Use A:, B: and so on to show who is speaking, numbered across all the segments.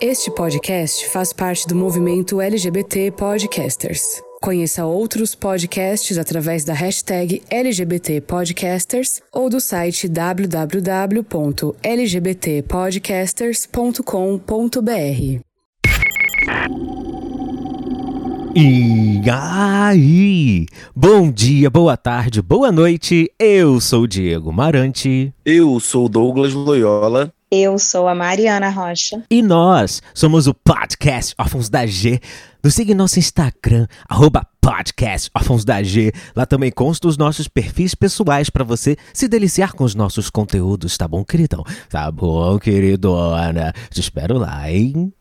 A: Este podcast faz parte do movimento LGBT Podcasters. Conheça outros podcasts através da hashtag LGBT Podcasters ou do site www.lgbtpodcasters.com.br.
B: E aí? Bom dia, boa tarde, boa noite. Eu sou o Diego Marante
C: Eu sou o Douglas Loyola.
D: Eu sou a Mariana Rocha.
B: e nós somos o Podcast Órfãos da G. Nos siga em nosso Instagram, arroba Podcast Órfãos da G. Lá também consta os nossos perfis pessoais para você se deliciar com os nossos conteúdos, tá bom, queridão? Tá bom, queridona? Te espero lá, hein?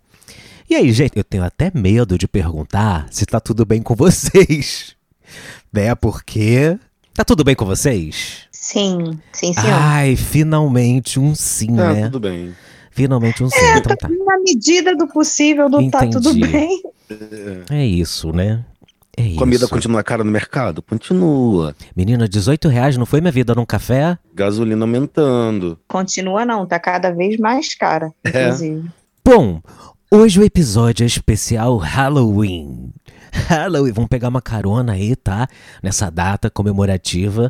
B: E aí, gente, eu tenho até medo de perguntar se tá tudo bem com vocês. Né? Porque. Tá tudo bem com vocês?
D: Sim, sim, senhor. Tá.
B: Ai, finalmente um sim,
C: Ah,
B: né?
C: tudo bem.
B: Finalmente um sim.
D: É,
B: Então tá.
D: Na medida do possível, do tá
B: Entendi.
D: tudo bem.
B: É isso, né? É isso.
C: Comida continua cara no mercado? Continua.
B: Menina, 18 reais não foi minha vida num café?
C: Gasolina aumentando.
D: Continua não, tá cada vez mais cara,
C: É.
D: inclusive.
B: Bom, hoje o episódio é especial Halloween. Halloween, vamos pegar uma carona aí, tá? Nessa data comemorativa.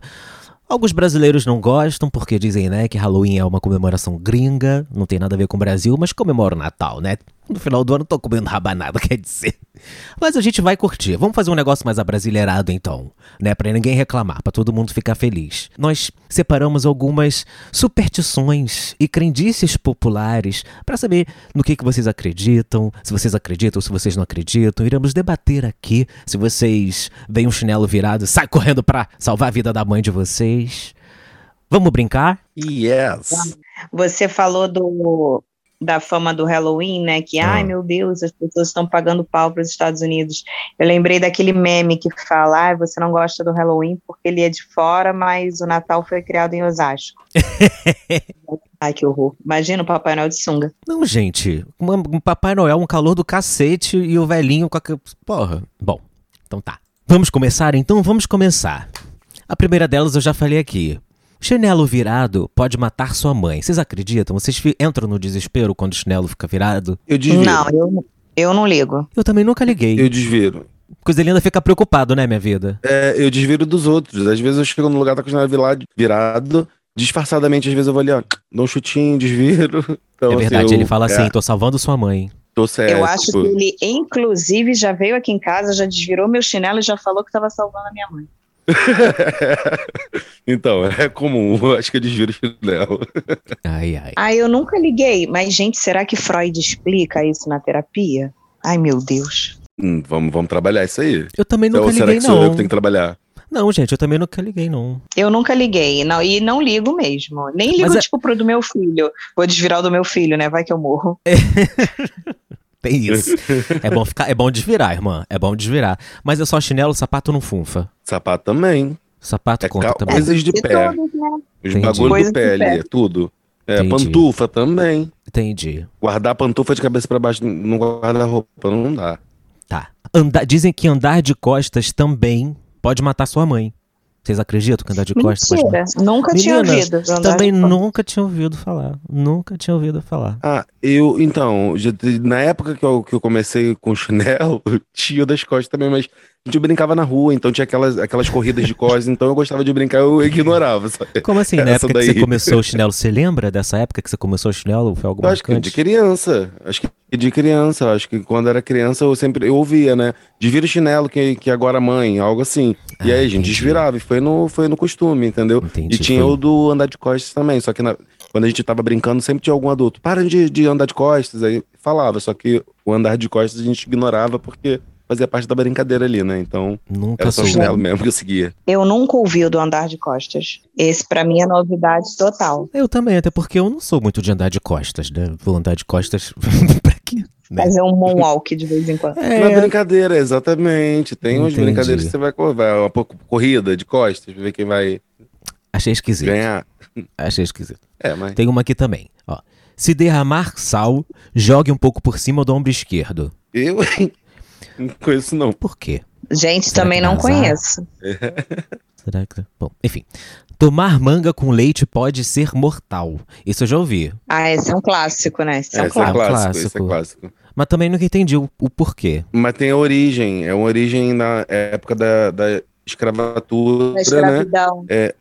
B: Alguns brasileiros não gostam porque dizem, né, que Halloween é uma comemoração gringa, não tem nada a ver com o Brasil, mas comemora o Natal, né? No final do ano tô comendo rabanada, quer dizer. Mas a gente vai curtir. Vamos fazer um negócio mais abrasileirado então, né, Pra ninguém reclamar, pra todo mundo ficar feliz. Nós separamos algumas superstições e crendices populares pra saber no que que vocês acreditam, se vocês acreditam, se vocês não acreditam. Iremos debater aqui se vocês veem um chinelo virado, sai correndo pra salvar a vida da mãe de vocês. Vamos brincar?
C: Yes.
D: Você falou do da fama do Halloween, né? Que,
B: Ah.
D: ai meu Deus, as pessoas estão pagando pau para os Estados Unidos. Eu lembrei daquele meme que fala, ai, você não gosta do Halloween porque ele é de fora, mas o Natal foi criado em Osasco. ai, que horror. Imagina o Papai Noel de sunga.
B: Não, gente. Uma- Um Papai Noel, um calor do cacete e o velhinho com a. ca- Porra. Bom, então tá. Vamos começar então? Vamos começar. A primeira delas eu já falei aqui. Chinelo virado pode matar sua mãe. Vocês acreditam? Vocês fi- entram no desespero quando o chinelo fica virado?
C: Eu desviro.
D: Não, eu, eu não ligo.
B: Eu também nunca liguei.
C: Eu desviro.
B: Coisa linda fica preocupado, né, minha vida?
C: É, eu desviro dos outros. Às vezes eu chego no lugar, tá com o chinelo vila- virado. Disfarçadamente, às vezes eu vou ali, ó, dou um chutinho, desviro. Então,
B: é
C: assim,
B: verdade,
C: eu-
B: ele fala
C: é,
B: assim: tô salvando sua mãe.
C: Tô
B: É,
C: certo.
D: eu acho que ele, inclusive, já veio aqui em casa, já desvirou meu chinelo e já falou que estava salvando a minha mãe.
C: então, é comum. Eu acho que eu desviro o chinelo.
B: Ai, ai.
D: Ah, eu nunca liguei, mas, gente, será que Freud explica isso na terapia? Ai, meu Deus.
C: Hum, vamos, vamos trabalhar isso aí.
B: Eu também nunca
C: Ou Então, será
B: liguei,
C: que sou eu
B: não.
C: que tenho que trabalhar?
B: Não, gente, eu também nunca liguei, não.
D: Eu nunca liguei, não, e não ligo mesmo. Nem
B: Mas
D: ligo,
B: é-
D: tipo, pro do meu filho. Vou desvirar o do meu filho, né? Vai que eu morro.
B: Tem isso. É bom ficar, é bom desvirar, irmã. É bom desvirar. Mas é só chinelo, sapato não funfa.
C: Sapato também.
B: Sapato
C: É
B: conta
C: cal-
B: também.
C: coisas de
D: E
C: pé.
D: todos, né?
C: Os
B: Entendi.
C: bagulhos
D: Coisa
C: do
D: de
C: pé ali,
D: pé.
C: é tudo. É,
B: Entendi.
C: pantufa também.
B: Entendi.
C: Guardar pantufa de cabeça pra baixo no guarda-roupa não dá.
B: Tá. Andar- dizem que andar de costas também pode matar sua mãe. Vocês acreditam que andar de costas pode matar?
D: Mentira, nunca tinha
B: Menina,
D: ouvido. andar
B: Também
D: de costas.
B: nunca tinha ouvido falar. Nunca tinha ouvido falar.
C: Ah, eu, então, já te- na época que eu, que eu comecei com chinelo, tio das costas também, mas a gente brincava na rua, então tinha aquelas, aquelas corridas de costas, então eu gostava de brincar, eu ignorava, sabe?
B: Como assim? Na
C: Essa
B: época que você
C: daí.
B: começou o chinelo, você lembra dessa época que você começou o chinelo? Foi algo
C: Eu acho que de
B: marcante?
C: criança, acho que de criança, acho que quando era criança eu sempre eu ouvia, né? Desvira o chinelo que, que agora mãe, algo assim. E
B: Ah,
C: aí, gente,
B: entendi.
C: desvirava, e foi no, foi no costume, entendeu?
B: Entendi.
C: E tinha
B: foi-
C: o do andar de costas também, só que na- quando a gente tava brincando, sempre tinha algum adulto. Para de, de andar de costas, aí falava, só que o andar de costas a gente ignorava porque fazia parte da brincadeira ali, né? Então
B: Nunca
C: era só o
B: soube.
C: chinelo mesmo que eu seguia.
D: Eu nunca ouvi o do andar de costas. Esse, pra mim, é novidade total.
B: Eu também, até porque eu não sou muito de andar de costas, né? Vou andar de costas pra quê? né?
D: Fazer um moonwalk de vez em
B: É.
D: quando.
C: Na é brincadeira, exatamente. Tem umas
B: Entendi.
C: brincadeiras que você vai, co- vai uma pouco corrida de costas, ver quem vai
B: Achei esquisito.
C: ganhar.
B: Achei esquisito.
C: É, mas.
B: Tem uma aqui também. Ó. Se derramar sal, jogue um pouco por cima do ombro esquerdo.
C: Eu hein? não conheço, não.
B: Por quê?
D: Gente,
B: Será
D: também
B: que dá
D: não
B: azar?
D: conheço.
B: Será que. Bom, enfim. Tomar manga com leite pode ser mortal. Isso eu já ouvi.
D: Ah, esse é um clássico, né? Esse é, um
C: Esse é
D: clássico.
C: clássico, esse é
B: clássico.
C: clássico.
B: Mas também nunca entendi o, o porquê.
C: Mas tem a origem, é uma origem na época da, da escravatura,
D: Da
C: né?
D: escravidão.
C: É,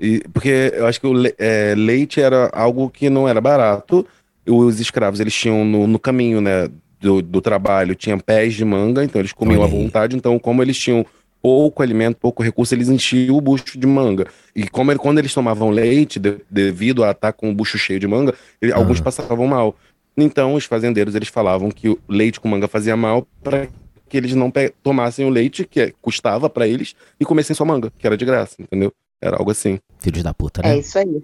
C: e- porque eu acho que o le- é, leite era algo que não era barato. E Os escravos, eles tinham no, no caminho, né, do, do trabalho, tinham pés de manga, então eles comiam
B: Olha
C: à
B: aí.
C: vontade. Então, como eles tinham pouco alimento, pouco recurso, eles enchiam o bucho de manga. E como ele- quando eles tomavam leite, de- devido a estar com o bucho cheio de manga, ele-
B: Ah.
C: alguns passavam mal. Então, os fazendeiros, eles falavam que o leite com manga fazia mal para que eles não pe- tomassem o leite, que é- custava para eles, e comessem sua manga, que era de graça, entendeu? Era algo assim.
B: Filhos da puta,
D: É
B: né?
D: isso aí.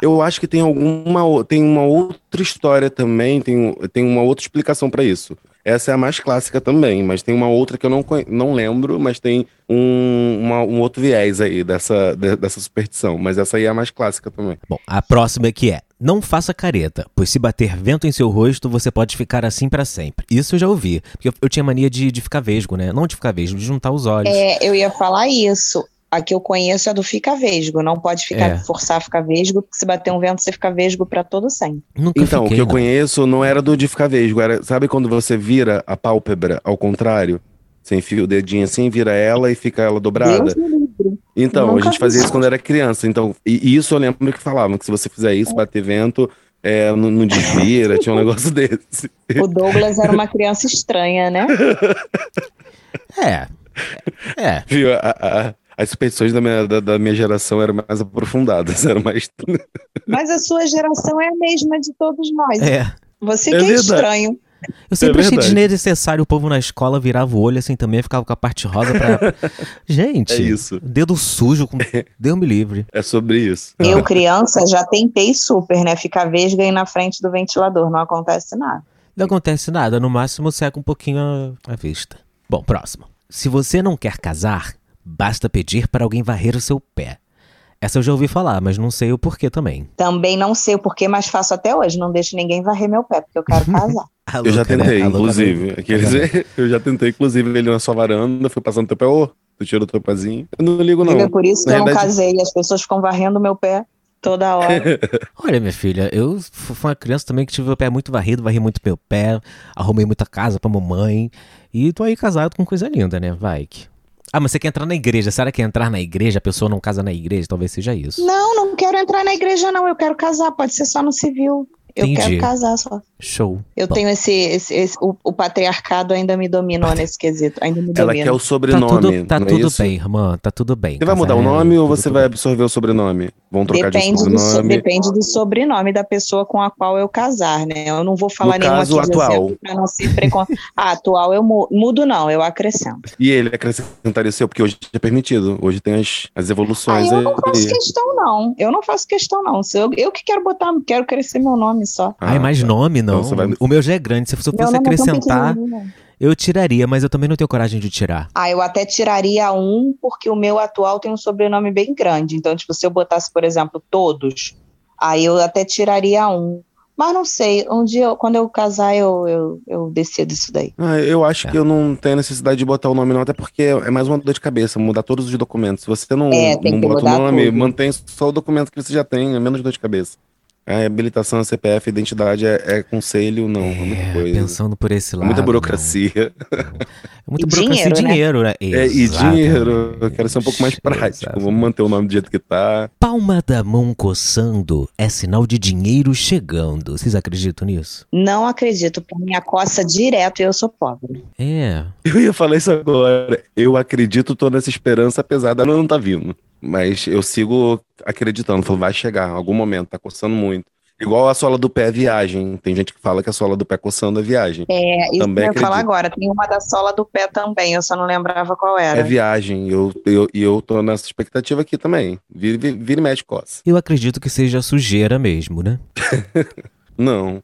C: Eu acho que tem alguma o- tem uma outra história também, tem, um- tem uma outra explicação pra isso. Essa é a mais clássica também, mas tem uma outra que eu não, conhe- não lembro, mas tem um, uma- um outro viés aí dessa, de- dessa superstição. Mas essa aí é a mais clássica também.
B: Bom, a próxima que é: não faça careta, pois se bater vento em seu rosto, você pode ficar assim pra sempre. Isso eu já ouvi, porque eu, eu tinha mania de, de ficar vesgo, né? Não de ficar vesgo, de juntar os olhos.
D: É, eu ia falar isso. A que eu conheço é do fica vesgo. Não pode ficar
B: É.
D: forçar a ficar vesgo, porque se bater um vento, você fica vesgo pra todo sempre.
B: Nunca
C: Então, o
B: fiquei, né?
C: que eu
B: não.
C: conheço não era do de ficar vesgo, era, sabe quando você vira a pálpebra ao contrário? Você enfia o dedinho assim, vira ela e fica ela dobrada?
D: Deus me livre.
C: Então,
D: Nunca
C: a gente
D: vi
C: fazia isso
D: isso.
C: quando era criança. Então, e e isso eu lembro que falavam, que se você fizer isso, bater vento, é, não, não desvira, tinha um negócio desse.
D: O Douglas era uma criança estranha, né?
B: É. É.
C: Viu? A- a- a- as superstições da minha, da, da minha geração eram mais aprofundadas, eram mais.
B: É
D: Mas a sua geração é a mesma de todos nós.
B: É.
D: Você
C: É
D: que é,
C: verdade.
D: estranho.
B: Eu sempre
C: É
B: achei
C: verdade.
B: desnecessário o povo na escola virava o olho assim também, ficava com a parte rosa pra. Gente,
C: É isso.
B: dedo sujo, com... Deus me livre.
C: É sobre isso.
D: Eu, criança, já tentei super, né? Ficar vesga e ir na frente do ventilador. Não acontece nada.
B: Não acontece nada, no máximo seca um pouquinho a, a vista. Bom, próximo. Se você não quer casar, basta pedir para alguém varrer o seu pé. Essa eu já ouvi falar, mas não sei o porquê também.
D: Também não sei o porquê, mas faço até hoje. Não deixo ninguém varrer meu pé, porque eu quero casar.
B: A
C: eu já
B: louca, né?
C: tentei,
B: A louca
C: inclusive.
B: mesmo.
C: Aqueles- eu já tentei, inclusive, ele na sua varanda, fui passando teu pé, ô, tu tirou teu pezinho. Eu não ligo, não.
D: é por isso que
C: na
D: eu não
C: verdade-
D: casei. As pessoas ficam varrendo meu pé toda hora.
B: Olha, minha filha, eu f- fui uma criança também que tive o pé muito varrido, varri muito meu pé, arrumei muita casa pra mamãe e tô aí casado com coisa linda, né? Vai que. Ah, mas você quer entrar na igreja. Será que entrar na igreja, a pessoa não casa na igreja? Talvez seja isso.
D: não, não quero entrar na igreja, não. Eu quero casar. Pode ser só no civil. Eu
B: Entendi.
D: quero casar só.
B: Show.
D: Eu
B: Bom,
D: tenho esse. esse- esse- o, o patriarcado ainda me dominou nesse quesito. Ainda me
C: Ela
D: domina.
C: quer o
B: Tá
C: sobrenome.
B: tudo, tá
C: não é
B: tudo
C: isso?
B: bem, irmã. Tá tudo bem.
C: Você vai mudar o
B: Casar,
C: nome ou
B: tudo
C: você
B: bem.
C: vai absorver o sobrenome? Vão trocar
D: Depende
C: de
D: do, so-
C: sobrenome.
D: depende do sobrenome da pessoa com a qual eu casar, né? Eu não vou falar
C: No
D: nenhum
C: caso,
D: aqui de
C: atual.
D: exemplo pra não ser precon... ah, atual eu mu- mudo, não, eu acrescento.
C: E ele acrescentaria o seu, porque hoje é permitido. Hoje tem as, as
D: Ah,
C: evoluções
D: eu não
C: aí.
D: faço questão, não. Eu não faço questão, não. Se Eu, eu que quero botar, quero crescer meu nome só.
B: Ai, mais nome não.
C: Então você vai-
B: O meu já é grande. Se eu fosse
D: Meu nome é tão
B: acrescentar,
D: pequenininho.
B: eu tiraria, mas eu também não tenho coragem de tirar.
D: Ah, eu até tiraria um, porque o meu atual tem um sobrenome bem grande. Então, tipo, se eu botasse, por exemplo, todos, aí eu até tiraria um. Mas não sei, um dia, eu- quando eu casar, eu, eu, eu decido isso daí.
C: Ah, eu acho
B: É.
C: que eu não tenho necessidade de botar o nome, não, até porque é mais uma dor de cabeça, mudar todos os documentos. Se você não,
D: É, tem
C: não
D: que
C: bota o
D: mudar
C: nome,
D: tudo.
C: mantém só o documento que você já tem, é menos dor de cabeça. A habilitação, CPF, identidade é, é conselho, não, é, muita
B: É,
C: coisa.
B: pensando por esse lado.
C: muita
B: não.
C: burocracia.
B: É muita
D: E
B: burocracia e dinheiro,
D: dinheiro,
B: né?
C: É, e
B: Exatamente.
C: dinheiro, eu quero ser um pouco mais prático.
B: Exato.
C: Vamos manter o nome do jeito que tá.
B: Palma da mão coçando é sinal de dinheiro chegando. Vocês acreditam nisso?
D: Não acredito, pra mim a coça direto e eu sou pobre.
B: É.
C: Eu ia falar isso agora. Eu acredito, tô nessa esperança, apesar da não tá vindo. Mas eu sigo acreditando, falo, vai chegar, em algum momento, tá coçando muito. Igual a sola do pé é viagem. Tem gente que fala que a sola do pé coçando é viagem.
D: É, isso
C: Também
D: que eu ia
C: acredito.
D: falar agora. Tem uma da sola do pé também, eu só não lembrava qual
C: É
D: era.
C: viagem. E eu, eu, e eu tô nessa expectativa aqui também. Vira, vi- vira e mexe coça.
B: Eu acredito que seja sujeira mesmo, né?
C: Não,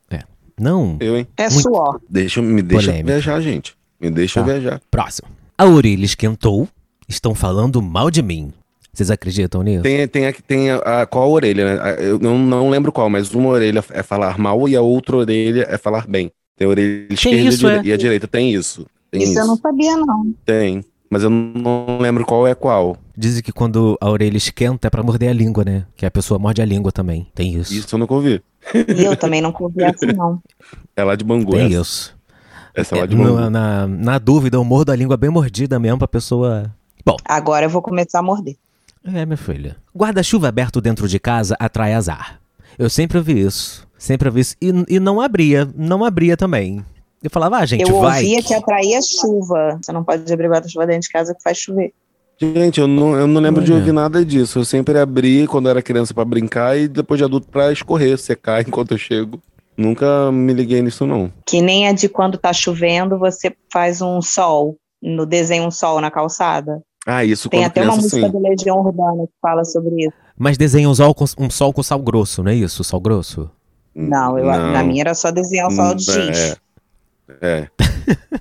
B: Não.
C: eu, hein?
D: É,
B: Muito-
D: suor.
C: Deixa, me deixa
B: Polêmica.
C: viajar, gente. Me deixa
B: Tá.
C: viajar.
B: Próximo. A orelha esquentou. Estão falando mal de mim. Vocês acreditam nisso?
C: Tem, tem, a, tem a, a- qual orelha, né? A- Eu não, não lembro qual, mas uma orelha é falar mal e a outra orelha é falar bem. Tem a orelha esquerda
B: isso,
C: e a
B: é.
C: dire- e a direita. Tem isso. Tem
D: Isso
C: isso.
D: eu não sabia, não.
C: Tem. Mas eu não lembro qual é qual.
B: Dizem que quando a orelha esquenta é pra morder a língua, né? Que a pessoa morde a língua também. Tem isso.
C: Isso eu nunca ouvi.
D: E eu também não ouvi essa, não.
C: É lá de Bangu.
B: Tem
C: essa.
B: isso.
C: Essa é lá de Bangu.
B: na, na, na dúvida, eu mordo a língua bem mordida mesmo pra pessoa.
D: Agora eu vou começar a morder.
B: É, minha filha. Guarda-chuva aberto dentro de casa atrai azar. Eu sempre ouvi isso. Sempre ouvi isso. E, e não abria. Não abria também. Eu falava, ah, gente,
D: eu
B: vai.
D: ouvia que atraía chuva. Você não pode abrir guarda-chuva dentro de casa que faz chover.
C: Gente, eu não, eu não lembro de
B: Olha.
C: ouvir nada disso. Eu sempre abri quando era criança pra brincar e depois de adulto pra escorrer, secar enquanto eu chego. Nunca me liguei nisso, não.
D: Que nem a de quando tá chovendo, você faz um sol. No desenho um sol na calçada.
C: Ah, isso
D: Tem
C: quando
D: até uma
C: criança,
D: música
C: sim.
D: do Legião Urbana que fala sobre isso.
B: Mas desenha um sol, com, um sol com sal grosso, não é isso? Sol grosso?
D: Não, eu, na minha era só desenhar um sol de
C: Hum,
D: giz.
C: É. é.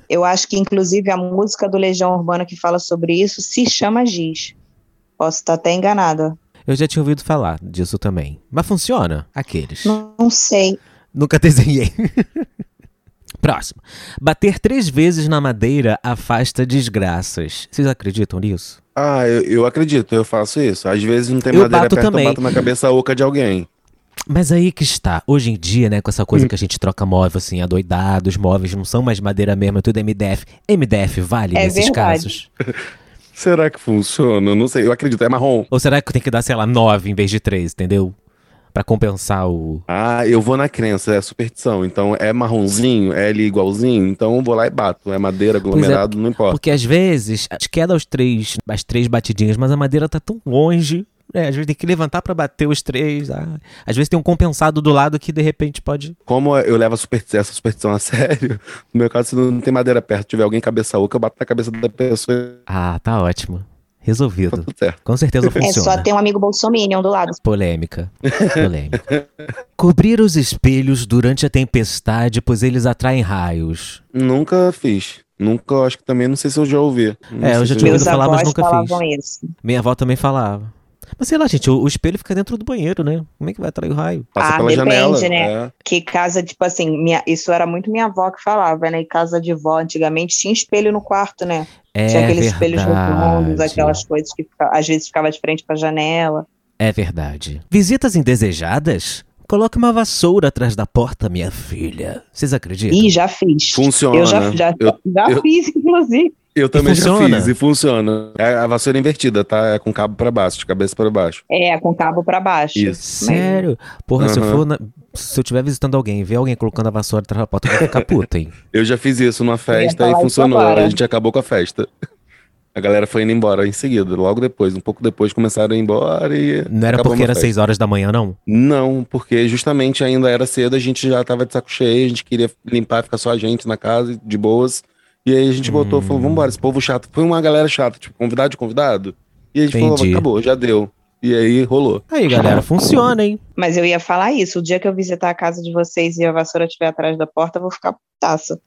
D: Eu acho que, inclusive, a música do Legião Urbana que fala sobre isso se chama Giz. Posso estar até enganada.
B: Eu já tinha ouvido falar disso também. Mas funciona? Aqueles.
D: Não, não sei.
B: Nunca desenhei. Próximo. Bater três vezes na madeira afasta desgraças. Vocês acreditam nisso?
C: Ah, eu, eu acredito, eu faço isso. Às vezes não tem
B: Eu
C: madeira
B: bato
C: perto,
B: também.
C: eu bato na cabeça oca de alguém.
B: Mas aí que está. Hoje em dia, né, com essa coisa que a gente troca móvel, assim, adoidado, os móveis não são mais madeira mesmo, é tudo MDF. MDF vale
D: É
B: nesses
D: verdade.
B: casos?
C: Será que funciona? Eu não sei, eu acredito, é marrom.
B: Ou será que eu tenho que dar, sei lá, nove em vez de três, entendeu? Pra compensar o...
C: Ah, eu vou na crença, é superstição. Então é marronzinho, é ali igualzinho, então eu vou lá e bato. É madeira, aglomerado, não importa.
B: Porque às vezes, a gente queda aos três, as três batidinhas, mas a madeira tá tão longe. né? às vezes tem que levantar pra bater os três. ah. Às vezes tem um compensado do lado que de repente pode.
C: Como eu levo a superstição, essa superstição a sério, no meu caso, se não tem madeira perto, tiver alguém cabeça oca, eu bato na cabeça da pessoa
B: Ah, tá ótimo.
C: e tá
B: Resolvido.
C: tudo certo.
B: Com certeza
D: É
B: funciona.
D: só ter um amigo bolsominion do lado.
B: Polêmica. Polêmica. Cobrir os espelhos durante a tempestade, pois eles atraem raios.
C: Nunca fiz. Nunca, eu acho que também, não sei se eu já ouvi. Não
B: É, eu
C: sei
B: já
C: se
B: tinha ouvido
D: Meus
B: falar, mas
D: avós
B: nunca
D: falavam isso.
B: Minha avó também falava. Mas sei lá, gente, o, o espelho fica dentro do banheiro, né? Como é que vai atrair o raio?
C: Passa
D: Ah,
C: pela
D: depende,
C: janela.
D: né?
C: é.
D: Que casa, tipo assim, minha- isso era muito minha avó que falava, né? E casa de vó, antigamente tinha espelho no quarto, né?
B: É
D: tinha aqueles
B: verdade.
D: espelhos redondos, aquelas coisas que fica- às vezes ficava de frente pra janela.
B: É verdade. Visitas indesejadas? Coloque uma vassoura atrás da porta, minha filha. Vocês acreditam?
D: Ih, já fiz.
C: Funciona. né?
D: Eu já, já,
C: Eu-
D: já
C: eu-
D: fiz, inclusive.
C: Eu também já
B: funciona?
C: fiz e funciona. É a vassoura invertida, tá? É com cabo pra baixo, de cabeça pra baixo.
D: É, com cabo pra baixo.
C: Isso.
B: Sério? Porra, se eu
C: Aham.
B: for na- se eu estiver visitando alguém e ver alguém colocando a vassoura atrás da porta, eu vou ficar puta, hein?
C: Eu já fiz isso numa
D: Eu
C: festa
D: ia
C: e
D: falar isso
C: funcionou.
D: agora.
C: A gente acabou com a festa. A galera foi indo embora em seguida, logo depois, um pouco depois começaram a ir embora e.
B: Não era
C: acabou
B: porque
C: a
B: era
C: festa.
B: 6 horas da manhã, não?
C: Não, porque justamente ainda era cedo, a gente já tava de saco cheio, a gente queria limpar, ficar só a gente na casa, de boas. E aí a gente botou, falou,
B: Hum.
C: vambora, esse povo chato. Foi uma galera chata, tipo, convidado de convidado. E a gente falou,
B: Entendi.
C: acabou, já deu. E aí rolou.
B: Aí, galera, funciona, hein?
D: Mas eu ia falar isso. O dia que eu visitar a casa de vocês e a vassoura estiver atrás da porta, eu vou ficar putaça.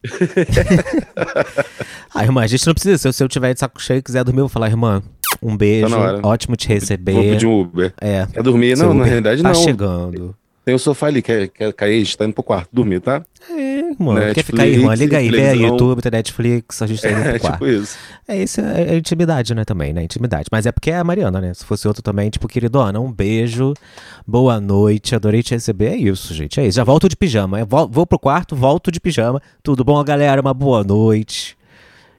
B: Ah, irmã, a gente não precisa. Se eu- Se eu tiver de saco cheio e quiser dormir, eu vou falar, irmã, um beijo,
C: Tá na hora.
B: ótimo te
C: Vou
B: receber.
C: pedir um Uber.
B: É,
C: Quer dormir?
B: seu
C: Não, na
B: Uber
C: realidade
B: tá
C: não.
B: chegando.
C: Tem o sofá ali, quer, quer cair? A gente tá indo pro quarto dormir, tá?
B: É, irmão, quer
C: Netflix,
B: ficar aí, irmã? Liga aí, vê aí,
C: televisão.
B: YouTube, tem Netflix, a gente tá indo pro
C: É
B: quarto.
C: tipo isso.
B: É, isso é, é intimidade, né, também, né? Intimidade. Mas é porque é a Mariana, né? Se fosse outro também, tipo, queridona, um beijo, boa noite, adorei te receber. É isso, gente. É isso. Já volto de pijama. Eu vol- vou pro quarto, volto de pijama. Tudo bom, galera? Uma boa noite.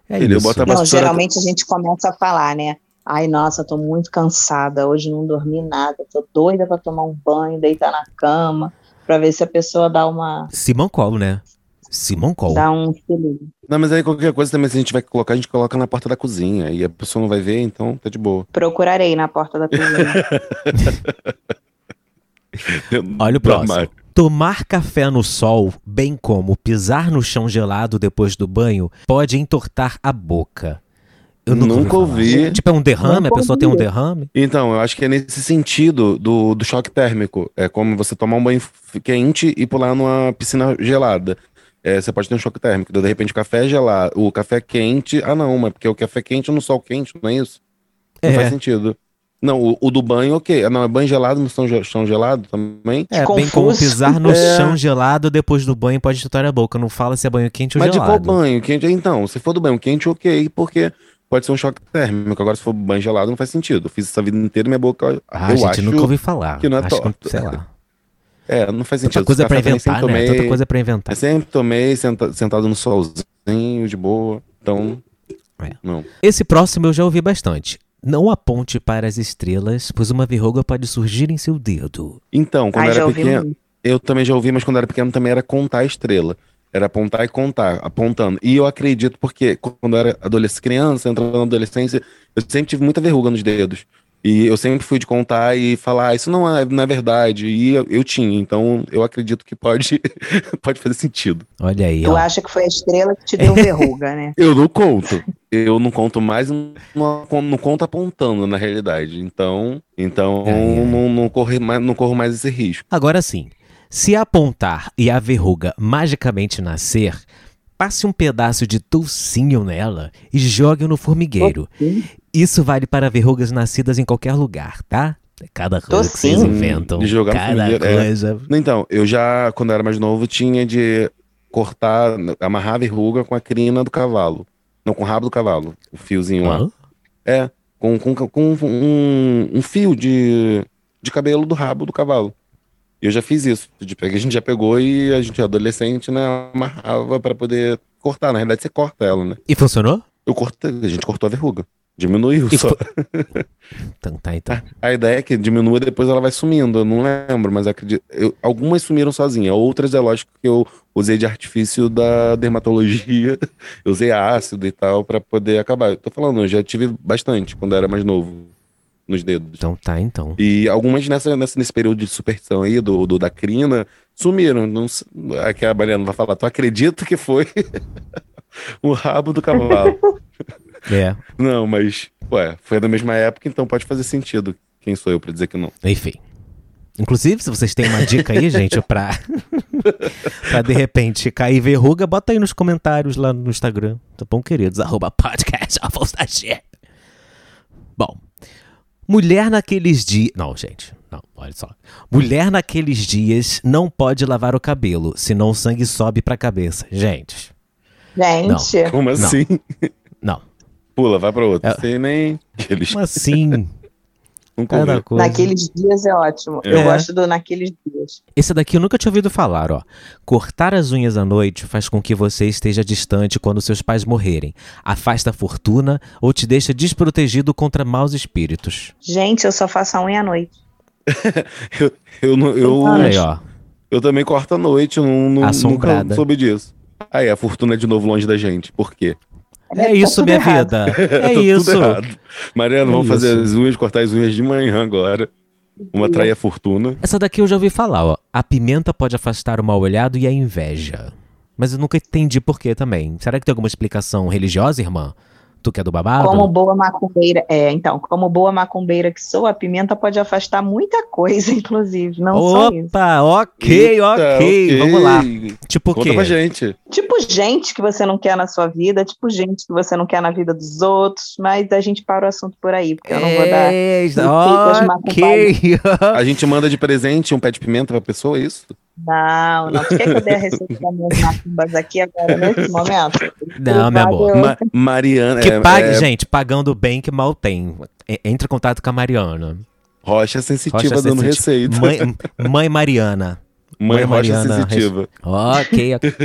B: É
C: Ele
B: isso.
C: bota a
D: Não,
C: vassoura-
D: geralmente a gente começa a falar, né? Ai, nossa, tô muito cansada, hoje não dormi nada, tô doida pra tomar um banho, deitar na cama, pra ver se a pessoa dá uma.
B: Simão Col, né? Simão Col.
D: dá um filhinho.
C: Não, mas aí qualquer coisa também, se a gente vai colocar, a gente coloca na porta da cozinha. E a pessoa não vai ver, então tá de boa.
D: Procurarei na porta da cozinha.
B: Olha o
C: Do
B: próximo.
C: armário.
B: Tomar café no sol, bem como pisar no chão gelado depois do banho, pode entortar a boca. Eu nunca,
C: Nunca ouvi.
B: falar. Tipo, é um derrame?
D: Nunca
B: a pessoa tem um
D: ouvi.
B: derrame?
C: Então, eu acho que é nesse sentido do, do choque térmico. É como você tomar um banho f- quente e pular numa piscina gelada. É, você pode ter um choque térmico. De repente, o café é gelado, o café quente. Ah, não, mas porque o café quente é no sol quente, não é isso? Não
B: É.
C: faz sentido. Não, o, o do banho, ok. Ah, não, é banho gelado no chão, ge- chão gelado também.
B: É, bem
D: Confuso.
B: como pisar no
C: É.
B: chão gelado depois do banho pode entortar a boca. Não fala se é banho quente ou
C: Mas de qual
B: gelado.
C: banho? Quente? Então, se for do banho quente, ok, porque pode ser um choque térmico. Agora, se for banho gelado, não faz sentido. Eu fiz essa vida inteira minha boca.
B: Ah,
C: eu
B: gente,
C: acho
B: nunca ouvi falar.
C: que não é
B: Acho que,
C: torta.
B: sei lá.
C: É, não faz sentido.
B: Tanta coisa
C: Café
B: pra
C: também
B: inventar,
C: sempre
B: né?
C: tomei-
B: Tanta coisa pra inventar.
C: Eu sempre tomei senta- sentado no solzinho, de boa. Então.
B: É.
C: Não.
B: Esse próximo eu já ouvi bastante. Não aponte para as estrelas, pois uma verruga pode surgir em seu dedo.
C: Então, quando
D: Ai,
C: eu
D: já
C: era
D: ouvi um
C: pequeno,
D: muito.
C: eu também já ouvi, mas quando eu era pequeno também era contar a estrela. Era apontar e contar, apontando. E eu acredito porque quando eu era adolescente, criança, entrando na adolescência, eu sempre tive muita verruga nos dedos. E eu sempre fui de contar e falar, "Ah, isso não é, não é verdade. E eu, eu tinha, então eu acredito que pode, pode fazer sentido.
B: Olha aí,
D: Tu
B: ó.
D: acha que foi a estrela que te deu verruga, né?
C: Eu não conto. Eu não conto mais, não, não conto apontando na realidade. Então, então
B: Ai, ai.
C: Não, não, corre mais, não corro mais esse risco.
B: Agora sim, se apontar e a verruga magicamente nascer, passe um pedaço de toucinho nela e jogue-o no formigueiro. Isso vale para verrugas nascidas em qualquer lugar, tá? Cada coisa que vocês
D: Toucinho.
B: inventam.
C: De jogar no
B: Cada
C: formigueiro, é.
B: coisa.
C: Então, eu já, quando eu era mais novo, tinha de cortar, amarrar a verruga com a crina do cavalo. Não, com o rabo do cavalo, o fiozinho lá.
B: Hã?
C: É, com, com, com um, um fio de, de cabelo do rabo do cavalo. E eu já fiz isso. De, pe- a gente já pegou e a gente, adolescente, né, amarrava pra poder cortar. Na realidade, você corta ela, né?
B: E funcionou?
C: Eu cortei, a gente cortou a verruga. Diminuiu
B: E
C: só.
B: fo- Então tá, então.
C: A ideia é que diminua e depois ela vai sumindo. Eu não lembro, mas acredito. eu- algumas sumiram sozinha, outras é lógico que eu usei de artifício da dermatologia, eu usei ácido e tal pra poder acabar. Eu tô falando, eu já tive bastante quando eu era mais novo nos dedos.
B: Então tá, então.
C: E algumas nessa, nessa- nesse período de superstição aí, do, do- da crina, sumiram. Não, s- aqui a Mariana vai falar, tu acredita que foi o rabo do cavalo?
B: É.
C: não, mas, ué, foi da mesma época, então pode fazer sentido. Quem sou eu pra dizer que não?
B: Enfim. Inclusive, se vocês têm uma dica aí, gente, pra, pra de repente cair verruga, bota aí nos comentários lá no Instagram. Tá bom, queridos? Arroba podcast Avostachê. Bom. Mulher naqueles dias. Não, gente. Não, olha só. Mulher naqueles dias não pode lavar o cabelo, senão o sangue sobe pra cabeça. Gente,
D: Gente,
C: Como assim?
B: É. não.
C: Pula, vai pra outro.
B: É.
C: Sei nem. Eles
B: Como assim?
C: nunca
B: Cada
C: ouviram.
B: coisa.
D: naqueles dias é ótimo.
B: É.
D: Eu gosto do naqueles dias.
B: Esse daqui eu nunca tinha ouvido falar, ó. Cortar as unhas à noite faz com que você esteja distante quando seus pais morrerem. Afasta a fortuna ou te deixa desprotegido contra maus espíritos.
D: Gente, eu só faço a unha à noite.
C: Eu, não- eu,
B: Olha aí, ó.
C: eu também corto à noite, eu não, não,
B: Assombrada.
C: nunca soube disso. Aí, a fortuna é de novo longe da gente. Por quê?
B: É
D: Tá
B: isso,
D: tudo
B: minha
D: errado.
B: vida. É
C: Tá tudo
B: isso.
C: errado. Mariana,
B: É
C: vamos fazer
B: isso.
C: as unhas, cortar as unhas de manhã agora. Vamos atrair a fortuna.
B: Essa daqui eu já ouvi falar, ó. A pimenta pode afastar o mal-olhado e a inveja. Mas eu nunca entendi por quê também. Será que tem alguma explicação religiosa, irmã? Tu que é do babado?
D: Como boa macumbeira, é, então, como boa macumbeira que sou, a pimenta pode afastar muita coisa, inclusive, não só isso.
B: Opa, ok,
C: Eita,
B: ok. Vamos lá. Tipo o
C: Conta
B: quê?
C: pra gente.
D: Tipo gente que você não quer na sua vida, tipo gente que você não quer na vida dos outros, mas a gente para o assunto por aí, porque eu não vou
B: É.
D: dar.
B: Eita, Ok.
C: A gente manda de presente um pé de pimenta pra pessoa, é isso?
D: Não, não. Tu quer que eu dê a receita das minhas macumbas aqui agora, nesse momento?
B: Não, meu amor.
D: Eu-
C: Ma- Mariana.
B: Que
C: é-
B: pague,
C: é
B: gente, pagando bem que mal tem. E- Entre em contato com a Mariana.
C: Rocha sensitiva
B: Rocha
C: dando
B: Sensitiva.
C: receita.
B: Mãe, mãe Mariana.
C: Mãe,
B: Mãe
C: Rocha
B: Mariana,
C: sensitiva.
B: Ok. ok.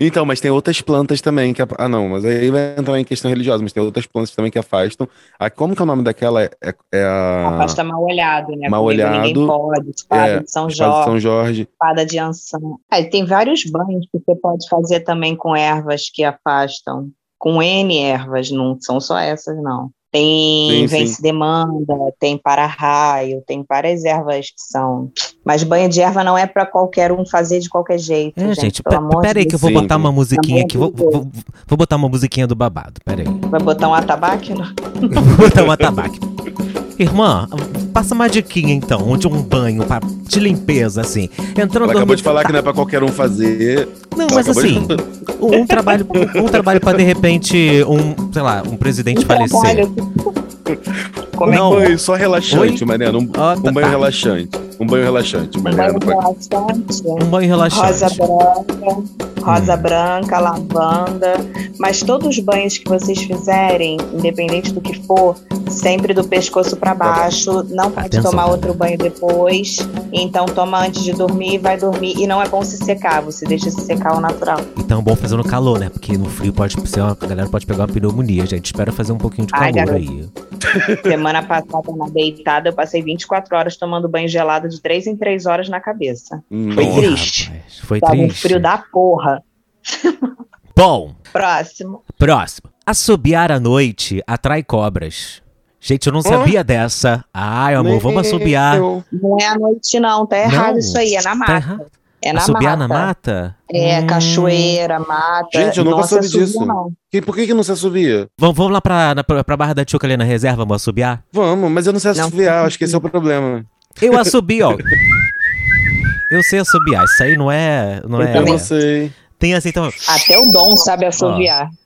C: Então, mas tem outras plantas também que. a- Ah, não, mas aí vai entrar em questão religiosa, mas tem outras plantas também que afastam. Ah, como que é o nome daquela? É, é- é a.
D: Afasta mal olhado, né?
C: Mal
D: Comigo
C: olhado,
D: Ninguém pode. Espada
C: é,
D: de São
C: Espada de
D: Jorge,
C: São Jorge.
D: espada de ançã. Ah, e tem vários banhos que você pode fazer também com ervas que afastam. Com N ervas, não são só essas, não. Tem
C: Sim, sim.
D: vence-demanda, tem para-raio, tem várias ervas que são. Mas banho de erva não é para qualquer um fazer de qualquer jeito.
B: É,
D: gente,
B: gente,
D: pelo
B: pe-
D: amor
B: peraí
D: de
B: que eu
D: Deus.
B: vou
C: Sim.
B: botar uma musiquinha
D: Pelo
B: aqui. Vou,
D: amor de Deus.
B: vou- vou botar uma musiquinha do babado. Peraí.
D: Vai botar um atabaque? Não?
B: Vou botar um atabaque. Irmã, passa uma diquinha então, de um banho pra, de limpeza, assim. Entrando
C: Ela
B: no
C: acabou de falar que não é pra qualquer um fazer.
B: Não,
C: Ela
B: mas
C: acabou de-
B: assim, um, um trabalho, um trabalho para de repente um, sei lá, um presidente falecer.
D: Como é
B: Não.
C: Um banho só relaxante, Mariana. Um,
B: Ó,
C: um
B: tá-
C: banho
B: tá.
C: relaxante. Um banho relaxante,
D: é né? que
C: Mariana.
D: banho relaxante?
B: Um banho
D: Rosa
B: relaxante.
D: branca, rosa
B: Hum.
D: branca, lavanda, mas todos os banhos que vocês fizerem, independente do que for, sempre do pescoço para baixo, não pode
B: Tá Atenção.
D: tomar outro banho depois, então toma antes de dormir, vai dormir e não é bom se secar, você deixa se secar ao natural.
B: Então, bom fazer no calor, né? Porque no frio pode ser uma- a galera pode pegar uma pneumonia, gente. Espera fazer um pouquinho de
D: Ai,
B: calor
D: garoto.
B: aí.
D: Semana passada na deitada eu passei 24 horas tomando banho gelado de 3 em 3 horas na cabeça. Foi
C: Nossa.
D: triste.
B: Rapaz, foi
D: Tava um
B: triste.
D: frio da porra.
B: Bom,
D: Próximo.
B: próximo. Assobiar à noite atrai cobras. Gente, eu não sabia dessa. Ai, amor, vamos assobiar.
C: Eu-
D: Não é à noite, não. Tá errado
B: Não,
D: isso aí. É na
B: Tá
D: mata.
B: errado.
D: é na
B: assobiar
D: mata.
B: na mata?
D: É,
B: Hum.
D: cachoeira, mata.
C: Gente, eu nunca
D: Nossa,
C: soube
D: subia,
C: disso.
D: Não.
C: E por que, que não se assobia?
B: Vamos, vamos lá pra, na, pra pra Barra da Tijuca ali na reserva, vamos assobiar?
C: Vamos, mas eu não sei
D: Não.
C: assoviar, acho que esse é o problema.
B: Eu assobi, ó. Eu sei assobiar, isso aí não é. Não é
C: eu não sei.
B: Tem assim, então. v-
D: Até o Dom sabe assoviar.
B: Ah.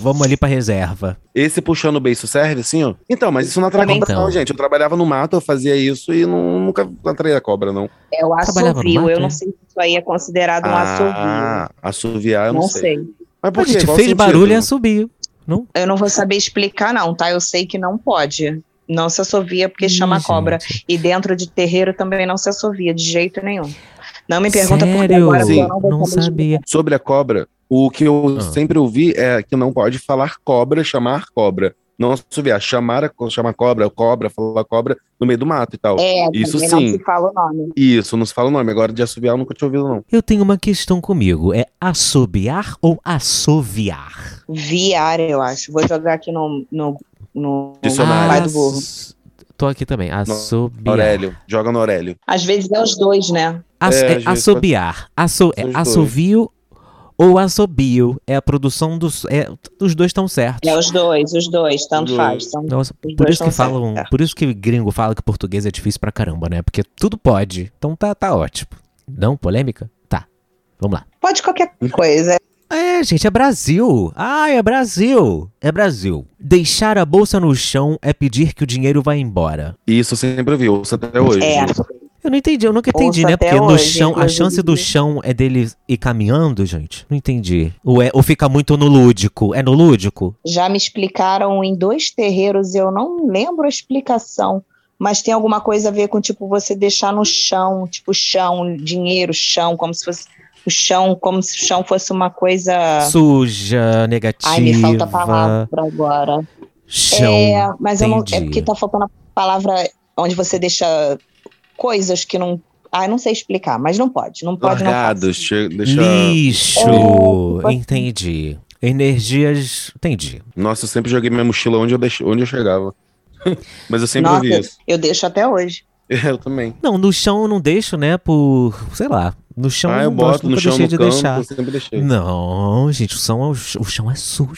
B: Vamos ali pra reserva.
C: Esse puxando o beiço serve, assim, ó? Então, mas isso não atrai
D: Também.
C: cobra, não,
B: Então.
C: gente. Eu trabalhava no mato, eu fazia isso e não, nunca atraía cobra, não.
D: É o
B: Trabalhava no
D: assovio.
B: mato,
D: Eu
B: é?
D: não sei se isso aí é considerado um assovio.
C: ah, assoviar, eu não,
D: não
C: sei.
D: sei.
C: Mas por
B: a
C: quê?
B: gente
C: Qual o
B: fez
C: sentido? né?
B: barulho e assobiu.
D: Eu não vou saber explicar, não, tá? Eu sei que não pode. Não se assovia porque chama
B: Ih,
D: cobra. E dentro de terreiro também não se assovia, de jeito nenhum. Não me pergunta por que
B: Sério?
D: agora, porque
C: Sim.
D: eu não vou
B: não
D: saber.
B: sabia.
C: Sobre a cobra, o que eu
B: Ah.
C: sempre ouvi é que não pode falar cobra, chamar cobra. Não assoviar, chamar, a co- chamar cobra, cobra, falar cobra no meio do mato e tal.
D: É,
C: Isso
D: também
C: sim.
D: não se fala o nome.
C: Isso, não se fala o nome. Agora de assoviar eu nunca tinha ouvido, não.
B: Eu tenho uma questão comigo: é assobiar ou assoviar?
D: Viar, eu acho. Vou jogar aqui no, no, no
C: Dicionário.
D: pai do burro.
B: As- Tô aqui também. Assobiar.
C: Aurélio, joga no Aurélio.
D: Às vezes é os dois, né?
B: As,
C: É,
B: é,
C: às vezes
B: assobiar. Asso, é,
C: ser os dois.
B: assovio ou assobio. É a produção dos. É, os dois estão certos.
D: É os dois, os dois, tanto
C: Dois.
D: faz. São
B: Nossa,
D: Os
B: por
D: dois
B: isso que
D: estão
B: falam.
D: certos. é.
B: Por isso que gringo fala que português é difícil pra caramba, né? Porque tudo pode. Então tá, tá ótimo. Não? Polêmica? Tá. Vamos lá.
D: Pode qualquer coisa.
B: É, gente, é Brasil. Ah, é Brasil. É Brasil. Deixar a bolsa no chão é pedir que o dinheiro vá embora.
C: Isso eu sempre ouvi, ouço até hoje.
D: É.
B: Eu não entendi, eu nunca
D: Ouço
B: entendi, né?
D: até
B: Porque no
D: hoje,
B: chão, a
D: inclusive.
B: chance do chão é dele ir caminhando, gente? Não entendi. Ou, é, ou fica muito no lúdico. É no lúdico?
D: Já me explicaram em dois terreiros, eu não lembro a explicação, mas tem alguma coisa a ver com tipo você deixar no chão, tipo chão, dinheiro, chão, como se fosse o chão, como se o chão fosse uma coisa.
B: Suja, negativa.
D: É. Ai, me falta a palavra agora.
B: Chão.
D: é, mas eu não, é
B: entendi.
D: porque tá faltando a palavra onde você deixa coisas que não. Ai, não sei explicar, mas não pode, não pode, não
C: Largados, che- deixa...
B: Lixo.
D: É,
B: Entendi. Energias. Entendi.
C: Nossa, eu sempre joguei minha mochila onde eu, deix... onde eu chegava. Mas eu
D: pode.
C: sempre ouvi
D: Nossa,
C: isso.
D: eu deixo até hoje.
C: Eu também.
B: Não, no chão eu não deixo, né? Por. Sei lá. No chão
C: ah,
B: eu
C: eu
B: não
C: boto
B: gosto,
C: no
B: nunca
C: chão,
B: deixei
C: no
B: de
C: canto,
B: deixar.
C: eu sempre deixei.
B: Não, gente, o chão é, o ch- o chão é sujo.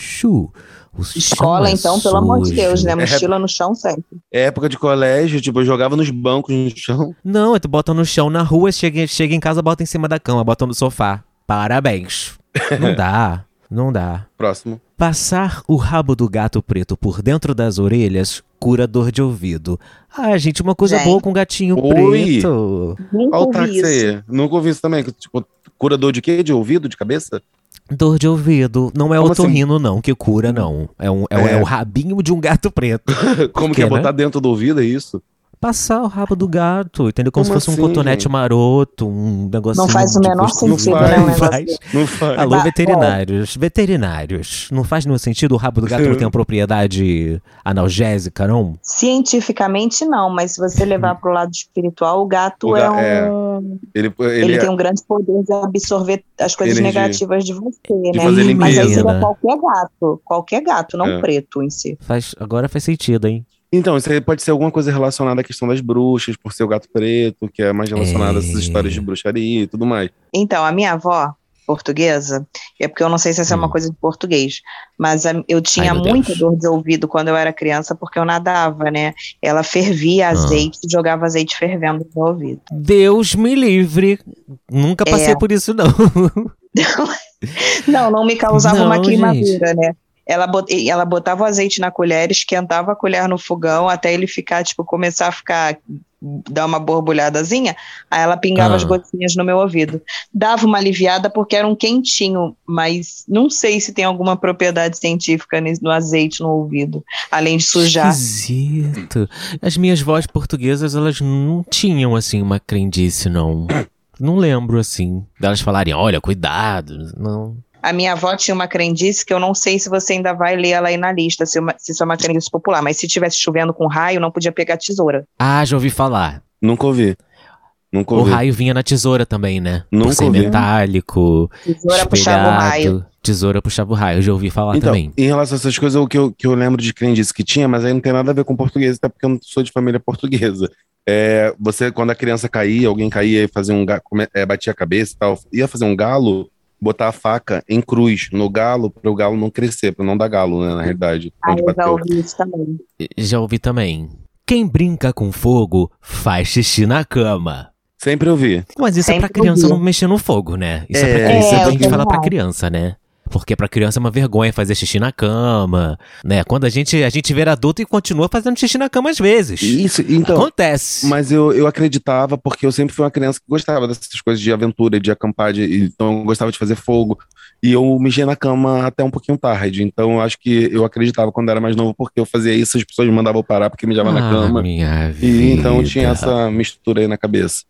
B: O chão
D: Escola,
B: é
D: então, pelo amor de Deus,
C: É
B: sujo.
D: né? Mochila no chão sempre.
C: Época de colégio, tipo, eu jogava nos bancos, no chão.
B: Não, é tu bota no chão na rua, chega, chega em casa, bota em cima da cama, bota no sofá. Parabéns. Não dá, não dá.
C: Próximo.
B: Passar o rabo do gato preto por dentro das orelhas cura dor de ouvido. Ah, gente, uma coisa
D: Gente.
B: boa com gatinho
C: Oi.
B: preto.
D: Nunca
C: Olha o
D: ouvi
C: táxi
D: isso.
C: aí. Nunca ouvi isso também. que, Tipo, curador de quê? De ouvido, de cabeça?
B: Dor de ouvido. Não é
C: Como assim?
B: o torrino, não, que cura, não. É, um, é, o-
C: É.
B: é o rabinho de um gato preto.
C: Como
B: quê,
C: que é
B: né?
C: botar dentro do ouvido, é isso?
B: Passar o rabo do gato, entendeu? Como,
C: Como
B: se fosse
C: assim,
B: um cotonete
C: gente?
B: maroto, um negocinho.
D: Não faz o
B: de
D: menor
B: costura.
D: sentido,
C: Não né, o
B: Não
D: negócio
B: faz.
C: Não faz.
B: Alô,
D: Tá,
B: veterinários. Veterinários. Não faz nenhum sentido o rabo do gato não tem uma propriedade analgésica, não?
D: Cientificamente, não, mas se você levar para o lado espiritual, o gato
C: O ga-
D: é um.
C: é. Ele,
D: Ele,
C: ele, é
D: tem um grande poder de absorver as coisas
C: Energia.
D: negativas de você,
C: De
D: né?
C: fazer
B: Ih,
D: Mas aí
C: limpeza.
D: seria
B: né?
D: qualquer gato, qualquer gato, não
C: É.
D: preto em si.
B: Faz, agora faz sentido, hein?
C: Então, isso aí pode ser alguma coisa relacionada à questão das bruxas, por ser o gato preto, que é mais relacionado a essas
B: É.
C: histórias de bruxaria e tudo mais.
D: Então, a minha avó, portuguesa, é porque eu não sei se essa é uma
B: Hum.
D: coisa de português, mas a- eu tinha
B: meu Deus.
D: muita dor de ouvido quando eu era criança, porque eu nadava, né? Ela
B: Ah.
D: fervia azeite, jogava azeite fervendo no meu ouvido.
B: Deus me livre. Nunca
D: É.
B: passei por isso, não.
D: Não, não me causava
B: Não,
D: uma queimadura, né? Ela, bot- e ela botava o azeite na colher, esquentava a colher no fogão até ele ficar, tipo, começar a ficar dar uma borbulhadazinha, aí ela pingava
B: Ah.
D: as gotinhas no meu ouvido. Dava uma aliviada porque era um quentinho, mas não sei se tem alguma propriedade científica nes- no azeite no ouvido, além de sujar.
B: Esquisito. As minhas vozes portuguesas, elas não tinham, assim, uma crendice, não. Não lembro, assim, delas falarem, olha, cuidado. Não.
D: A minha avó tinha uma crendice que eu não sei se você ainda vai ler ela aí na lista, se, uma- se isso é uma crendice popular, mas se tivesse chovendo com raio, não podia pegar tesoura.
B: Ah, já ouvi falar.
C: Nunca ouvi. Nunca
B: O
C: ouvi.
B: raio vinha na tesoura também, né? Por
C: Nunca
B: ser
C: ouvi.
B: metálico,
D: Tesoura
B: espelhado.
D: puxava o raio.
B: Tesoura puxava o raio, eu já ouvi falar
C: Então,
B: também.
C: em relação a essas coisas, o que eu, que eu lembro de crendice que tinha, mas aí não tem nada a ver com português, até porque eu não sou de família portuguesa. É, você, quando a criança caía, alguém caía e fazia um ga- come- é, batia a cabeça e tal, ia fazer um galo, botar a faca em cruz no galo, para o galo não crescer, para não dar galo, né, na realidade.
D: Ah,
C: onde
D: eu já
C: bateu.
D: ouvi isso também.
B: Já ouvi também. Quem brinca com fogo faz xixi na cama.
C: Sempre ouvi.
B: Mas isso é
D: Sempre
B: pra criança
D: ouvi.
B: não mexer no fogo, né? Isso é, pra
C: É,
B: criança,
D: é,
B: isso é pra gente
D: eu
B: falar pra
D: também.
B: criança, né? Porque pra criança é uma vergonha fazer xixi na cama, né? Quando a gente, a gente vira adulto e continua fazendo xixi na cama às vezes.
C: Isso, então,
B: Acontece.
C: Mas eu, eu acreditava, porque eu sempre fui uma criança que gostava dessas coisas de aventura, de acampar, de- então eu gostava de fazer fogo. E eu mijei na cama até um pouquinho tarde. Então eu acho que eu acreditava quando era mais novo, porque eu fazia isso, as pessoas me mandavam parar porque mijava na
B: Ah,
C: cama.
B: Minha
C: E então eu
B: vida.
C: tinha essa mistura aí na cabeça.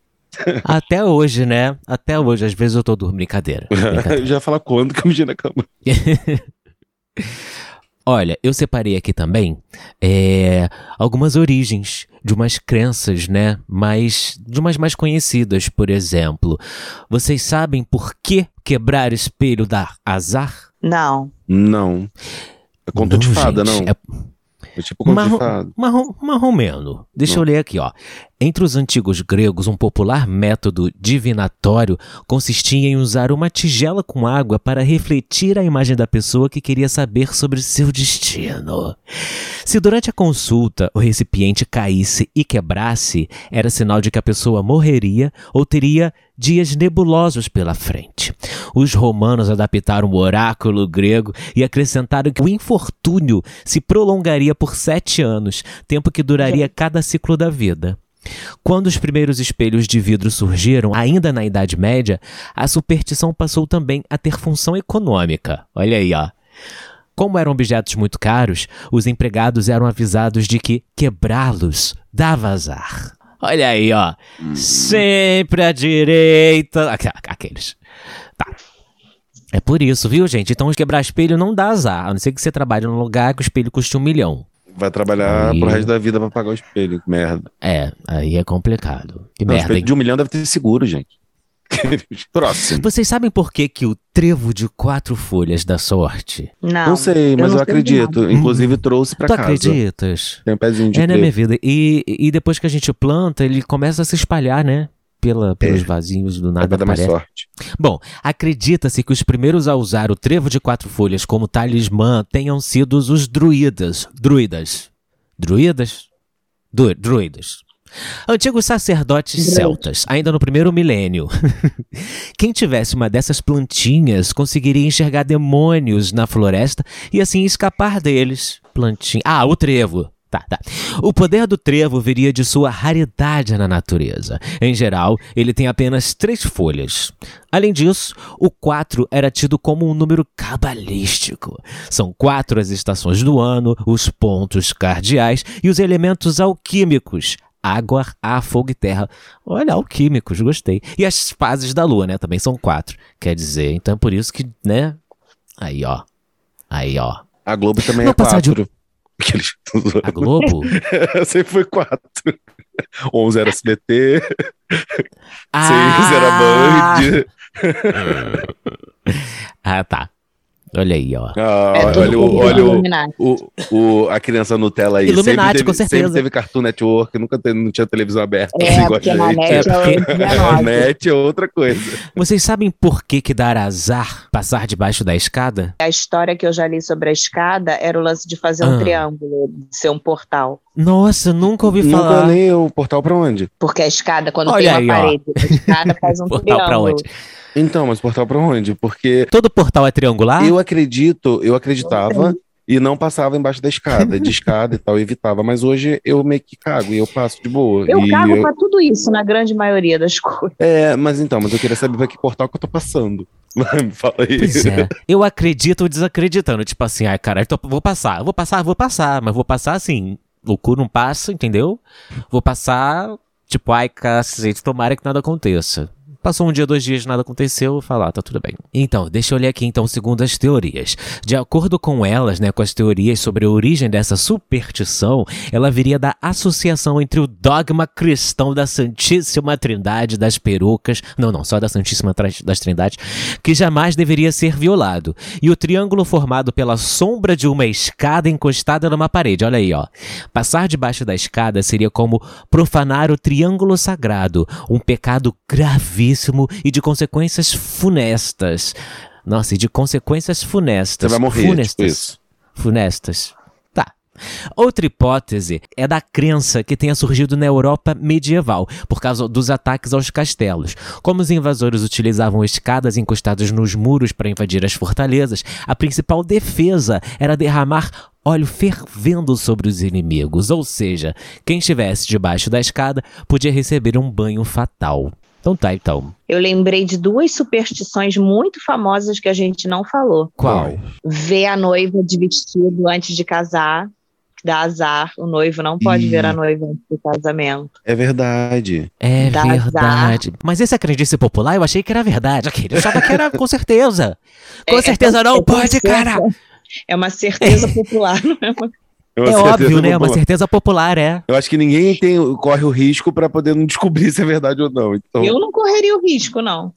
B: Até hoje, né? Até hoje, às vezes eu tô dormindo. Brincadeira. brincadeira.
C: Eu já ia falar quando que eu mijei na cama.
B: Olha, eu separei aqui também é, algumas origens de umas crenças, né? Mas de umas mais conhecidas, por exemplo. Vocês sabem por que quebrar espelho dá azar?
D: Não.
C: Não. É conto de
B: Não,
C: fada,
B: gente,
C: não.
B: É
C: É tipo conto
B: Marrom-
C: de fada.
B: marrom- marromeno. Deixa eu ler aqui, ó. Entre os antigos gregos, um popular método divinatório consistia em usar uma tigela com água para refletir a imagem da pessoa que queria saber sobre seu destino. Se durante a consulta o recipiente caísse e quebrasse, era sinal de que a pessoa morreria ou teria dias nebulosos pela frente. Os romanos adaptaram o oráculo grego e acrescentaram que o infortúnio se prolongaria por sete anos, tempo que duraria cada ciclo da vida. Quando os primeiros espelhos de vidro surgiram, ainda na Idade Média, a superstição passou também a ter função econômica. Olha aí, ó. Como eram objetos muito caros, os empregados eram avisados de que quebrá-los dava azar. Olha aí, ó. Sempre à direita. Aqu- aqu- Aqueles. Tá. É por isso, viu, gente? Então, quebrar espelho não dá azar. A não ser que você trabalhe num lugar que o espelho custe um milhão.
C: Vai trabalhar
B: Aí.
C: pro resto da vida pra pagar o espelho. Que merda.
B: É, aí é complicado. Que
C: Não, o
B: merda,
C: espelho
B: hein?
C: de um milhão deve ter seguro, gente. Próximo.
B: Vocês sabem por que, que o trevo de quatro folhas dá sorte?
D: Não.
C: Não sei, mas eu,
D: não sei de
C: acredito. Inclusive trouxe pra
B: tu
C: casa.
B: acreditas?
C: Tem um pezinho de
B: É, né,
C: creme.
B: minha vida? E, e depois que a gente planta, ele começa a se espalhar, né? Pela, pelos vasinhos do
C: Vai
B: nada.
C: dar É. mais
B: aparece.
C: sorte.
B: Tá Bom, acredita-se que os primeiros a usar o trevo de quatro folhas como talismã tenham sido os druidas. Druidas. Druidas? Du- druidas. Antigos sacerdotes celtas, ainda no primeiro milênio. Quem tivesse uma dessas plantinhas conseguiria enxergar demônios na floresta e assim escapar deles. Plantinha. Ah, o trevo. Tá, tá. O poder do trevo viria de sua raridade na natureza. Em geral, ele tem apenas três folhas. Além disso, o 4 era tido como um número cabalístico. São quatro as estações do ano, os pontos cardeais e os elementos alquímicos. Água, ar, fogo e terra. Olha, alquímicos, gostei. E as fases da lua, né? Também são quatro. Quer dizer, então é por isso que, né? Aí, ó. Aí, ó.
C: A Globo também
B: Não,
C: é
B: passar de- um-
C: quatro. Aqueles...
B: A Globo.
C: Sempre foi quatro. 11 era SBT, 6
B: Ah!
C: era Band.
B: Ah, tá. Olha aí, ó.
C: Ah,
D: nada. É tudo
C: olha o,
D: culpa do
C: olha o,
D: Illuminati.
C: o, o- a criança Nutella aí.
B: né? Illuminati,
C: sempre teve,
B: com certeza.
C: Sempre teve Cartoon Network, nunca te- não tinha televisão aberta. assim,
D: É,
C: igual a
D: porque na
C: gente.
D: net é o 19.
C: A net é outra coisa.
B: Vocês sabem por que que dar azar passar debaixo da escada?
D: A história que eu já li sobre a escada era o lance de fazer um
B: Ah.
D: triângulo, de ser um portal.
B: Nossa, nunca ouvi
C: Nunca
B: falar.
C: nem o portal pra onde?
D: Porque a escada, quando
B: Olha
D: tem uma
B: aí, ó.
D: parede, a escada faz um
B: Portal pra
D: triângulo.
B: onde?
C: Então, mas portal pra onde? Porque
D: Ah.
B: Todo portal é triangular?
C: eu acredito, eu acreditava e não passava embaixo da escada, de escada e tal, evitava. Mas hoje eu meio que cago e eu passo de boa.
D: Eu
C: e
D: cago pra tudo isso, na grande maioria das coisas.
C: É, mas então, mas eu queria saber pra que portal que eu tô passando. Me fala aí.
B: Pois é. Eu acredito ou desacreditando. Tipo assim, ai, cara, eu tô- vou passar, vou passar, vou passar, mas vou passar assim. O cu não passa, entendeu? Vou passar, tipo, ai, cacete, tomara que nada aconteça. Passou um dia, dois dias, nada aconteceu, eu falo, ah, tá tudo bem. Então, deixa eu ler aqui, então, segundo as teorias. De acordo com elas, né, com as teorias sobre a origem dessa superstição, ela viria da associação entre o dogma cristão da Santíssima Trindade das perucas, não, não, só da Santíssima Tra- das Trindades, que jamais deveria ser violado, e o triângulo formado pela sombra de uma escada encostada numa parede. Olha aí, ó. Passar debaixo da escada seria como profanar o triângulo sagrado, um pecado gravíssimo e de consequências funestas. Nossa, e de consequências
C: Você
B: funestas.
C: vai morrer,
B: funestas
C: tipo isso.
B: funestas. Tá. Outra hipótese é da crença que tenha surgido na Europa medieval, por causa dos ataques aos castelos. Como os invasores utilizavam escadas encostadas nos muros para invadir as fortalezas, a principal defesa era derramar óleo fervendo sobre os inimigos, ou seja, quem estivesse debaixo da escada podia receber um banho fatal. Então tá, então.
D: Eu lembrei de duas superstições muito famosas que a gente não falou.
B: Qual?
D: Ver a noiva de vestido antes de casar, que dá azar. O noivo não pode
C: Ih.
D: ver a noiva antes do casamento.
C: É verdade.
B: É
D: Dá azar.
B: verdade. Mas esse acredite popular eu achei que era verdade. ok? Eu achava que era com certeza. Com
D: É, é
B: certeza
D: É
B: não
D: uma
B: pode,
D: certeza-
B: cara.
D: É uma certeza popular, não é uma...
C: uma
B: É
C: certeza
B: óbvio, né? É uma
C: popular.
B: certeza popular, é.
C: Eu acho que ninguém tem, corre o risco pra poder não descobrir se é verdade ou não. Então,
D: Eu não correria o risco, não.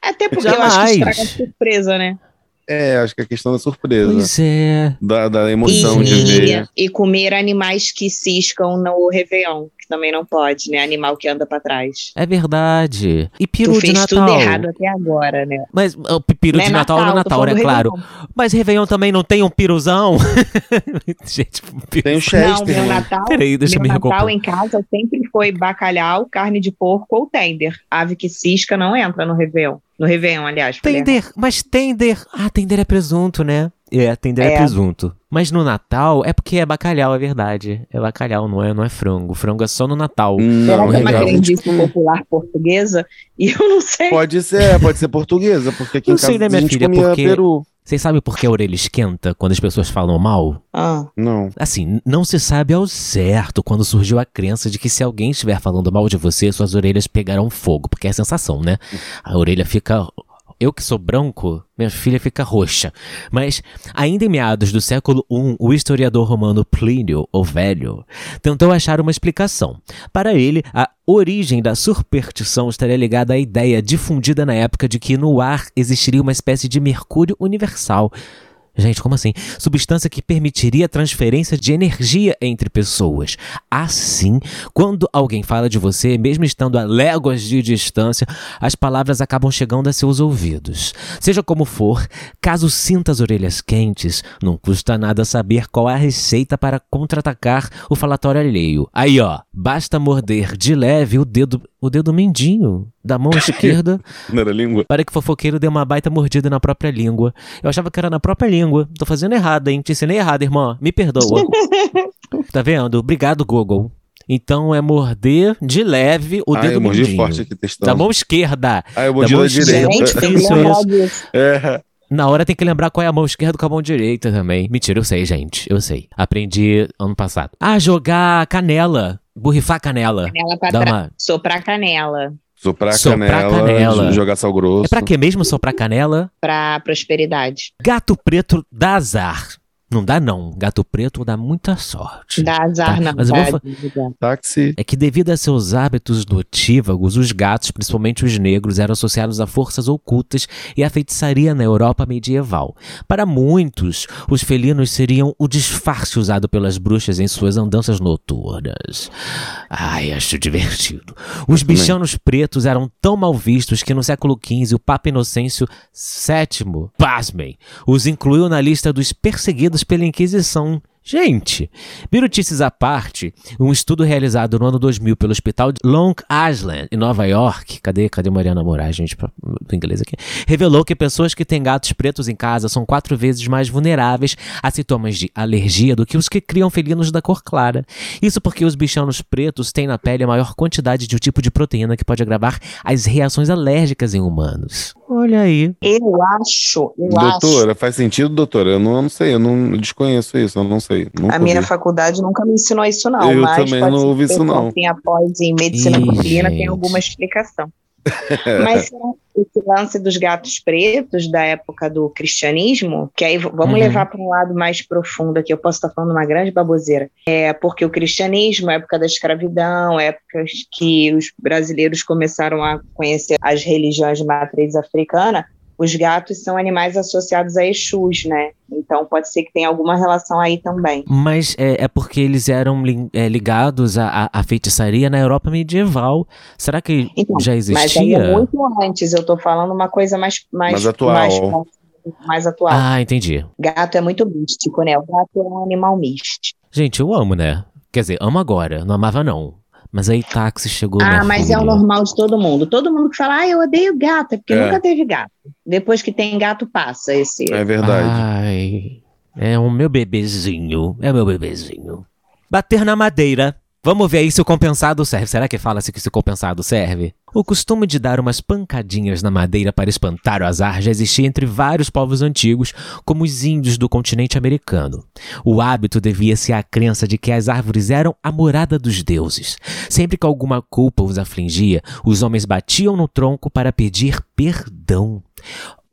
D: Até porque eu acho que
B: Jamais.
D: estraga a surpresa, né?
C: é, acho que é questão da surpresa,
B: Pois é.
C: da, da emoção de
D: E,
C: ver.
D: e comer animais que ciscam no Réveillon, que também não pode, né? Animal que anda pra trás.
B: É verdade. E
D: Tu
B: peru de
D: fez tudo
B: Natal.
D: errado até agora, né?
B: Mas o peru
D: Não é
B: de Natal no
D: tô
B: Natal,
D: falando
B: é
D: do
B: claro.
D: Réveillon.
B: Mas Réveillon também não tem um piruzão? Gente, um peru-
C: Tem um o
D: Não,
C: Chester,
D: meu
C: né?
D: Natal,
B: Peraí, deixa eu me
D: meu Natal
B: recompor.
D: em casa sempre foi bacalhau, carne de porco ou tender. Ave que cisca não entra no Réveillon. No Réveillon, aliás. falei errado.
B: Tender, mas tender. Ah, tender é presunto, né? É, tender é,
D: É.
B: presunto. Mas no Natal é porque é bacalhau, é verdade. É bacalhau, não é, não é frango. Frango é só no Natal.
D: Será
C: Não,
D: que é uma
B: Réveillon.
C: realmente.
D: crendice popular portuguesa? E eu não sei.
C: Pode ser, pode ser portuguesa, porque aqui
B: Não
C: em casa
B: sei, né, minha
C: a gente
B: filha,
C: comia
B: porque-
C: peru.
B: Vocês sabem por que a orelha esquenta quando as pessoas falam mal?
D: Ah,
C: Não.
B: Assim, não se sabe ao certo quando surgiu a crença de que se alguém estiver falando mal de você, suas orelhas pegarão fogo, porque é a sensação, né? A orelha fica. Eu que sou branco, minha filha fica roxa. Mas, ainda em meados do século I, o historiador romano Plínio, o Velho, tentou achar uma explicação. Para ele, a origem da superstição estaria ligada à ideia difundida na época de que no ar existiria uma espécie de mercúrio universal. Gente, como assim? Substância que permitiria a transferência de energia entre pessoas. Assim, quando alguém fala de você, mesmo estando a léguas de distância, as palavras acabam chegando a seus ouvidos. Seja como for, caso sinta as orelhas quentes, não custa nada saber qual é a receita para contra-atacar o falatório alheio. Aí, ó, basta morder de leve o dedo, o dedo mindinho da mão esquerda
C: Não era língua?
B: para que o fofoqueiro dê uma baita mordida na própria língua. Eu achava que era na própria língua. Tô fazendo errado, hein? Te ensinei errado, irmã. Me perdoa. tá vendo? Obrigado, Google. Então é morder de leve o
C: ah,
B: dedo Tá
C: eu mordi
B: mindinho.
C: forte Então, aqui testando.
B: Da mão esquerda.
C: Ah, eu mordi
B: da
C: da,
B: mão
C: direita.
D: gente, tem que
B: Isso,
D: lembrar
B: isso.
D: disso.
C: É.
B: Na hora tem que lembrar qual é a mão esquerda com a mão direita também. Mentira, eu sei, gente. Eu sei. Aprendi ano passado. Ah, jogar canela. Borrifar canela.
D: Canela pra
B: Dá
D: trás.
B: uma...
D: Soprar canela.
C: Soprar a
B: Soprar a
C: canela,
B: canela.
C: jogar sal grosso.
B: É pra que mesmo soprar canela?
D: pra prosperidade.
B: Gato preto dá azar. Não dá, não. Gato preto dá muita sorte.
D: Dá azar
B: Tá,
D: na
B: mas eu vou
D: verdade.
B: fa-
D: diga.
C: Táxi.
B: É que devido a seus hábitos notívagos, os gatos, principalmente os negros, eram associados a forças ocultas e à feitiçaria na Europa medieval. Para muitos, os felinos seriam o disfarce usado pelas bruxas em suas andanças noturnas. Ai, acho divertido. Os
C: também.
B: bichanos pretos eram tão mal vistos que no século XV o Papa Inocêncio VII, pasmem, os incluiu na lista dos perseguidos pela Inquisição. Gente, birutices à parte, um estudo realizado no ano 2000 pelo Hospital de Long Island, em Nova York, cadê, cadê Mariana Moraes, gente, pra- do inglês aqui, revelou que pessoas que têm gatos pretos em casa são quatro vezes mais vulneráveis a sintomas de alergia do que os que criam felinos da cor clara. Isso porque os bichanos pretos têm na pele a maior quantidade de um tipo de proteína que pode agravar as reações alérgicas em humanos. Olha aí.
D: Eu acho, eu acho.
C: Doutora, faz sentido, doutora? Eu não, eu não sei, eu não eu desconheço isso, eu não sei. nunca
D: A minha
C: vi.
D: faculdade nunca me ensinou isso, não.
C: Eu
D: mas
C: também
D: pode
C: não
D: ser
C: ouvi
D: que
C: isso,
D: eu
C: não.
D: Tenha pós em medicina
B: Ih,
D: masculina,
B: gente.
D: tem alguma explicação.
C: É,
D: Mas será que esse lance dos gatos pretos da época do cristianismo, que aí v- vamos
B: Uhum.
D: levar para um lado mais profundo aqui, eu posso estar falando uma grande baboseira, é porque o cristianismo, época da escravidão, épocas que os brasileiros começaram a conhecer as religiões de matriz africana, os gatos são animais associados a Exus, né? Então pode ser que tenha alguma relação aí também.
B: Mas é, é porque eles eram lin- é, ligados à, à- à feitiçaria na Europa medieval. Será que
D: Então,
B: já
D: Mas aí é
B: existia?
D: muito antes, eu tô falando uma coisa mais, mais,
C: Mais atual.
D: Mais, mais atual.
B: Ah, entendi.
D: Gato é muito místico, né? O gato é um animal místico.
B: Gente, eu amo, né? Quer dizer, amo agora. Não amava, não. Mas aí táxi chegou.
D: ah,
B: minha
D: mas
B: filha.
D: é o normal de todo mundo. Todo mundo que fala, ah, eu odeio gato, é porque
C: É.
D: nunca teve gato. Depois que tem gato, passa esse.
C: É
B: Ah.
C: verdade.
B: Ai, é o meu bebezinho. É meu bebezinho. Bater na madeira. Vamos ver aí se o compensado serve. Será que fala-se que se o compensado serve? O costume de dar umas pancadinhas na madeira para espantar o azar já existia entre vários povos antigos, como os índios do continente americano. O hábito devia-se à crença de que as árvores eram a morada dos deuses. Sempre que alguma culpa os afligia, os homens batiam no tronco para pedir perdão.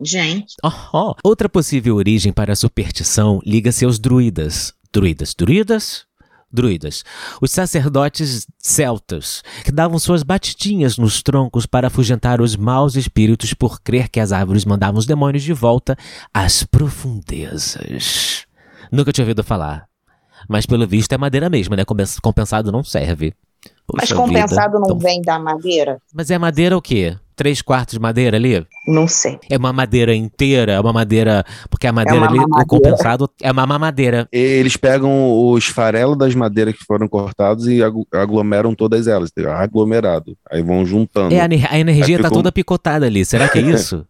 D: Gente,
B: Ahá. Outra possível origem para a superstição liga-se aos druidas. Druidas, druidas? Druidas. Os sacerdotes celtas, que davam suas batidinhas nos troncos para afugentar os maus espíritos por crer que as árvores mandavam os demônios de volta às profundezas. Nunca tinha ouvido falar. Mas pelo visto é madeira mesmo, né? Compen- Compensado não serve.
D: mas
B: Poxa
D: compensado
B: vida.
D: não
B: Então-
D: vem da madeira?
B: Mas é madeira o quê? Três quartos de madeira ali?
D: Não sei.
B: É uma madeira inteira, é uma madeira. Porque a madeira
D: É uma
B: ali, o
D: mamadeira.
B: compensado, é uma mamadeira.
C: E Eles pegam os farelos das madeiras que foram cortados e aglo- aglomeram todas elas, entendeu? aglomerado. Aí vão juntando.
B: É, a, ener- a energia
C: Aí
B: tá
C: ficou-
B: toda picotada ali. Será que é isso?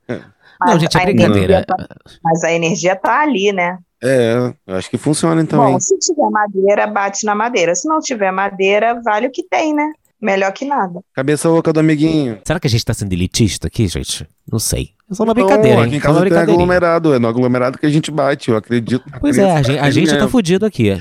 B: Não, gente, é
D: a
B: brincadeira.
D: energia tá- mas a energia tá ali, né?
C: É, eu acho que funciona então. hein?
D: Bom, se tiver madeira, bate na madeira. Se não tiver madeira, vale o que tem, né? Melhor que nada.
C: Cabeça louca do amiguinho.
B: Será que a gente tá sendo elitista aqui, gente? Não sei. É só uma
C: Então,
B: brincadeira, hein?
C: aqui em
B: É uma
C: casa tem
B: brincadeirinha.
C: aglomerado, é no aglomerado que a gente bate, eu acredito.
B: Pois é, a
C: acredito
B: gente, a
C: naquele
B: gente tá
C: mesmo.
B: fudido aqui. É,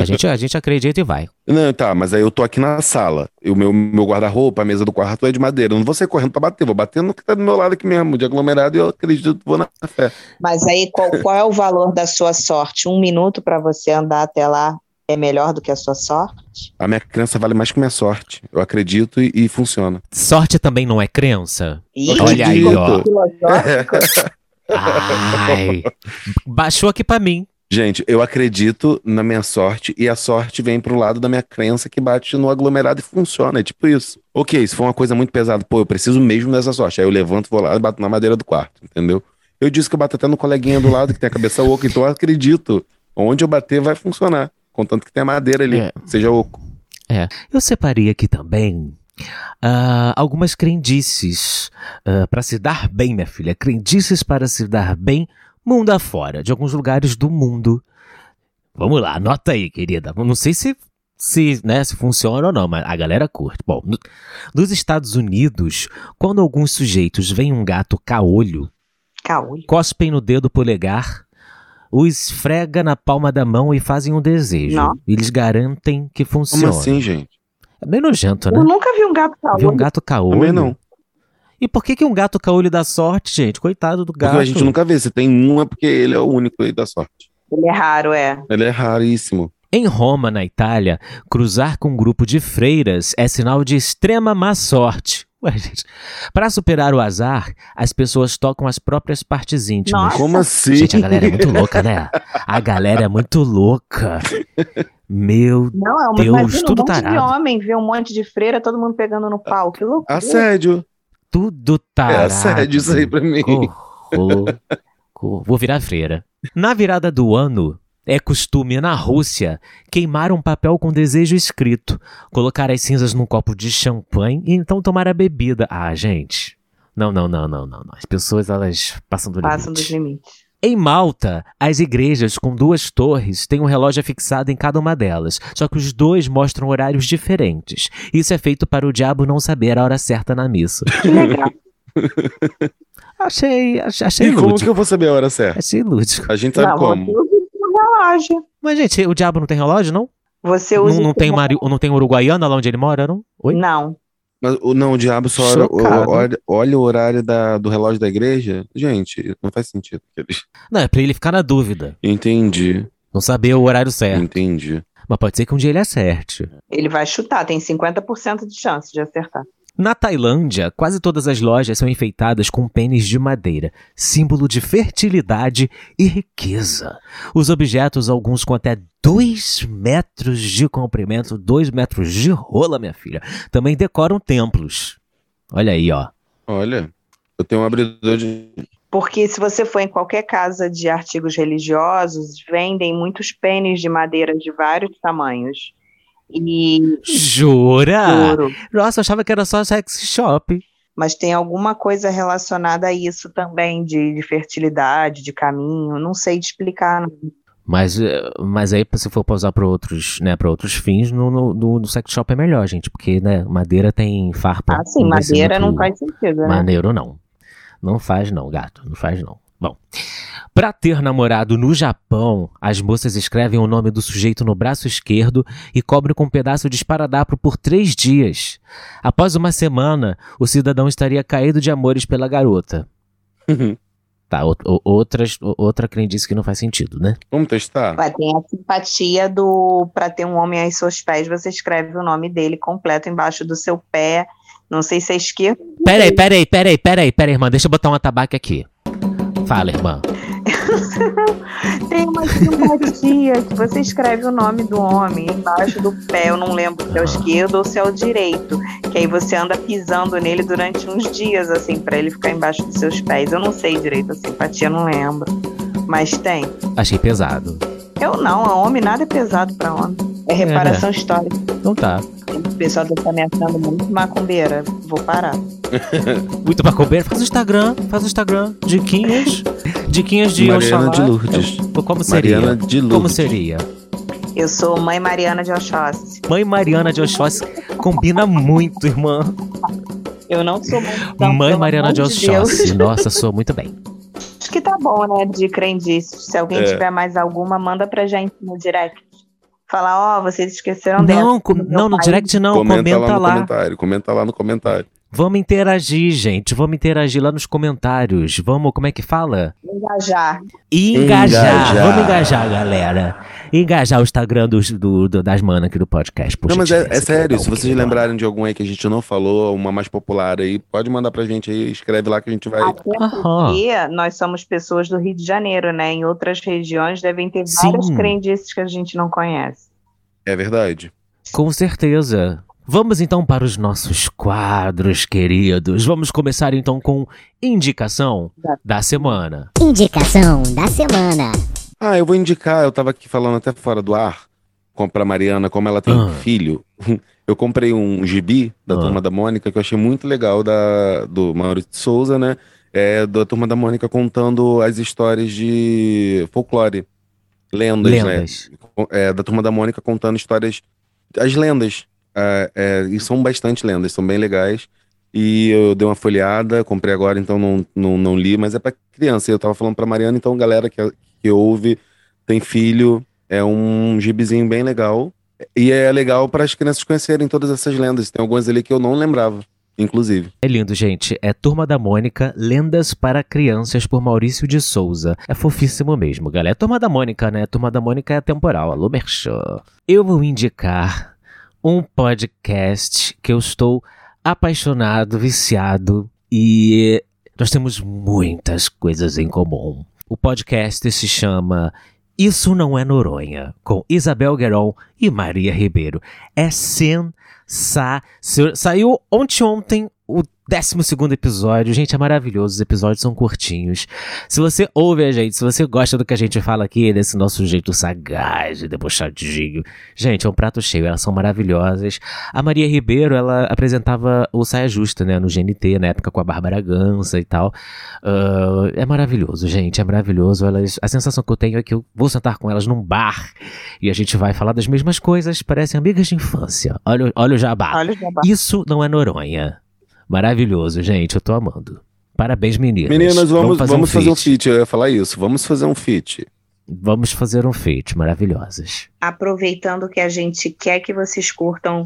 B: a gente, a gente acredita e vai.
C: Não, tá, mas aí eu tô aqui na sala. E o meu, meu guarda-roupa, a mesa do quarto é de madeira. Eu não vou sair correndo pra bater, vou bater no que tá do meu lado aqui mesmo, de aglomerado, e eu acredito, vou na fé.
D: Mas aí, qual, qual é o valor da sua sorte? Um minuto para você andar até lá é melhor do que a sua sorte?
C: A minha crença vale mais que minha sorte. Eu acredito e, e funciona.
B: Sorte também não é crença?
D: Ih,
B: Olha aí, ó. Ah,
D: filosófico.
B: Ai. Baixou aqui pra mim.
C: Gente, eu acredito na minha sorte e a sorte vem pro lado da minha crença que bate no aglomerado e funciona. É tipo isso. Ok, se for uma coisa muito pesada, pô, eu preciso mesmo dessa sorte. Aí eu levanto, vou lá e bato na madeira do quarto, entendeu? Eu disse que eu bato até no coleguinha do lado que tem a cabeça oca, então eu acredito. Onde eu bater vai funcionar. Contanto que tenha madeira ali,
B: É.
C: seja oco.
B: Eu separei aqui também ah, algumas crendices para se dar bem, minha filha. Crendices para se dar bem mundo afora, de alguns lugares do mundo. Vamos lá, anota aí, querida. Não sei se se, né, se funciona ou não, mas a galera curte. Bom, no- nos Estados Unidos, quando alguns sujeitos veem um gato caolho,
D: Caolho.
B: cospem no dedo polegar, o esfrega na palma da mão e fazem um desejo.
D: Não.
B: Eles garantem que
C: Como
B: funciona.
C: assim, gente?
B: É meio nojento, né?
D: Eu nunca vi um gato
B: Vi
D: caolho.
B: um gato caolho.
C: Também não.
B: E por que, que um gato caolho dá sorte, gente? Coitado do gato.
C: Porque a gente nunca vê. Se tem um, é porque ele é o único aí da sorte.
D: Ele é raro, é.
C: Ele é raríssimo.
B: Em Roma, na Itália, cruzar com um grupo de freiras é sinal de extrema má sorte. Ué, gente. Para superar o azar, as pessoas tocam as próprias partes íntimas.
D: Nossa.
C: Como assim?
B: Gente, a galera é muito louca, né? A galera é muito louca. Meu
D: Não, é uma
B: Deus,
D: imagina um
B: tudo
D: monte de
B: tarado.
D: homem ver um monte de freira, todo mundo pegando no pau. Que
C: Ah,
D: loucura.
C: Assédio.
B: tudo
C: É
B: tarado.
C: assédio isso aí pra mim.
B: Corro. Vou virar freira. Na virada do ano, É costume na Rússia queimar um papel com desejo escrito, colocar as cinzas num copo de champanhe e então tomar a bebida. Ah, gente. Não, não, não, não, não. não. As pessoas, elas passam do
D: Passam
B: limite.
D: dos limites.
B: Em Malta, as igrejas com duas torres têm um relógio fixado em cada uma delas, só que os dois mostram horários diferentes. Isso é feito para o diabo não saber a hora certa na missa.
D: Que legal.
B: Achei, ach- achei
C: E como
B: lúdico.
C: que eu vou saber a hora certa?
B: Achei lúdico.
C: A gente sabe
D: Não,
C: como.
D: você usa o relógio.
B: Mas, gente, o diabo não tem relógio, não?
D: Você usa
B: Não, não
D: o
B: tem Mari... não tem uruguaiana lá onde ele mora, não? Oi?
D: Não.
C: Mas, o- não, o diabo só ora- o-
B: Chocado.
C: olha, olha o horário da- do relógio da igreja. Gente, não faz sentido. Aqueles-
B: Não, é pra ele ficar na dúvida.
C: Entendi,
B: Não saber o horário certo.
C: entendi.
B: Mas pode ser que um dia ele acerte.
D: Ele vai chutar, tem 50% de chance de acertar.
B: Na Tailândia, quase todas as lojas são enfeitadas com pênis de madeira, símbolo de fertilidade e riqueza. Os objetos, alguns com até 2 metros de comprimento, 2 metros de rola, minha filha, também decoram templos. Olha aí, ó.
C: Olha, eu tenho um abridor de.
D: Porque se você for em qualquer casa de artigos religiosos, vendem muitos pênis de madeira de vários tamanhos. E
B: Jura?
D: ouro.
B: Nossa, eu achava que era só sex shop.
D: Mas tem alguma coisa relacionada a isso também, de, de fertilidade, de caminho. Não sei te explicar. não.
B: Mas, eh, mas aí, se for pra usar pra outros, né, pra outros fins, no, no, no- no sex shop é melhor, gente, porque né, madeira tem farpa.
D: Ah, sim,
B: vai ser
D: madeira não
B: muito-
D: faz sentido, né?
B: Maneiro não. Não faz não, gato. Não faz não. Bom, pra ter namorado no Japão, as moças escrevem o nome do sujeito no braço esquerdo e cobrem com um pedaço de esparadrapo por três dias. Após uma semana, o cidadão estaria caído de amores pela garota. Tá, ou- ou- outras, ou- outra crendice que não faz sentido, né?
C: Vamos testar?
D: Mas tem a simpatia do para ter um homem aos seus pés, você escreve o nome dele completo embaixo do seu pé. Não sei se é esquerdo.
B: Peraí, peraí, peraí, peraí, peraí, irmã. Deixa eu botar um atabaque aqui. Fala, irmã.
D: Tem uma simpatia que você escreve o nome do homem embaixo do pé. Eu não lembro se é o esquerdo ou se é o direito. Que aí você anda pisando nele durante uns dias, assim, para ele ficar embaixo dos seus pés. Eu não sei direito a simpatia, não lembro. Mas tem.
B: Achei pesado.
D: Eu não, é homem, nada é pesado para homem. É reparação histórica.
B: Então tá.
D: O pessoal tá ameaçando muito macumbeira. Vou parar.
B: Muito pra comer, faz o Instagram, faz o Instagram. Diquinhas. Diquinhas de
C: Mariana
B: Oxalá.
C: de Lourdes.
B: Como seria?
C: Mariana de Lourdes.
B: Como seria?
D: Eu sou mãe Mariana de Oxóssi.
B: Mãe Mariana de Oxóssi combina muito, irmã.
D: Eu não sou mãe. então,
B: Mãe
D: pelo
B: Mariana
D: amor
B: de
D: Deus.
B: Oxóssi. Nossa, sou muito bem.
D: Acho que tá bom, né? De crendice. Se alguém
C: É.
D: tiver mais alguma, manda pra gente no direct. Falar, ó, vocês esqueceram dela.
B: Não, com- não, no direct não,
C: comenta,
B: comenta,
C: lá no
B: lá.
C: comentário. Comenta lá no comentário.
B: Vamos interagir, gente. Vamos interagir lá nos comentários. Vamos, como é que fala?
D: Engajar.
B: Engajar.
C: Engajar.
B: Vamos engajar, galera. Engajar o Instagram dos, do, do- das manas aqui do podcast. por
C: não, mas é,
B: gentileza,
C: é sério,
B: queridão,
C: se vocês
B: queridão.
C: lembrarem de alguma aí que a gente não falou, uma mais popular aí, pode mandar pra gente aí, escreve lá que a gente vai.
B: Ah.
D: Até
B: Aham.
D: porque nós somos pessoas do Rio de Janeiro, né? Em outras regiões devem ter várias
B: Sim.
D: crendices que a gente não conhece.
C: É verdade.
B: Com certeza. Vamos então para os nossos quadros, queridos. Vamos começar então com indicação da semana.
E: Indicação da semana.
C: Ah, eu vou indicar, eu tava aqui falando até fora do ar, com, pra Mariana, como ela tem um
B: Ah.
C: filho. Eu comprei um gibi da
B: Ah.
C: Turma da Mônica que eu achei muito legal, da, do Maurício de Souza, né? É, da Turma da Mônica contando as histórias de folclore, lendas, né?
B: Lendas.
C: é, da Turma da Mônica contando histórias, as lendas. ah, é, e são bastante lendas, são bem legais. E eu dei uma folheada, comprei agora, então não, não, não li, mas é pra criança. Eu tava falando pra Mariana, então galera que, que ouve, tem filho, é um gibizinho bem legal. E é legal para as crianças conhecerem todas essas lendas. Tem algumas ali que eu não lembrava, inclusive.
B: É lindo, gente. É Turma da Mônica, Lendas para Crianças por Maurício de Souza. É fofíssimo mesmo, galera. É Turma da Mônica, né? Turma da Mônica é temporal. Alô, Merchan. Eu vou indicar um podcast que eu estou apaixonado, viciado e nós temos muitas coisas em comum. O podcast se chama Isso Não É Noronha, com Isabel Gueron e Maria Ribeiro. É sensacional. Saiu ontem, ontem, o 12 episódio. Gente, é maravilhoso. Os episódios são curtinhos. Se você ouve a gente, se você gosta do que a gente fala aqui, desse nosso jeito sagaz e debochadinho. Gente, é um prato cheio. Elas são maravilhosas. A Maria Ribeiro, ela apresentava o Saia Justa, né? No GNT, na época com a Bárbara Gança e tal. Ah, é maravilhoso, gente. É maravilhoso. Elas, a sensação que eu tenho é que eu vou sentar com elas num bar e a gente vai falar das mesmas coisas. Parecem amigas de infância. Olha, o- olha o jabá.
D: Olha o jabá.
B: Isso não é Noronha. Maravilhoso, gente. Eu tô amando. Parabéns, meninas.
C: Meninas, vamos, vamos fazer, um,
B: feat.
C: feat. Eu ia falar isso. Vamos fazer um feat.
B: Vamos fazer um feat. Maravilhosas.
D: aproveitando que a gente quer que vocês curtam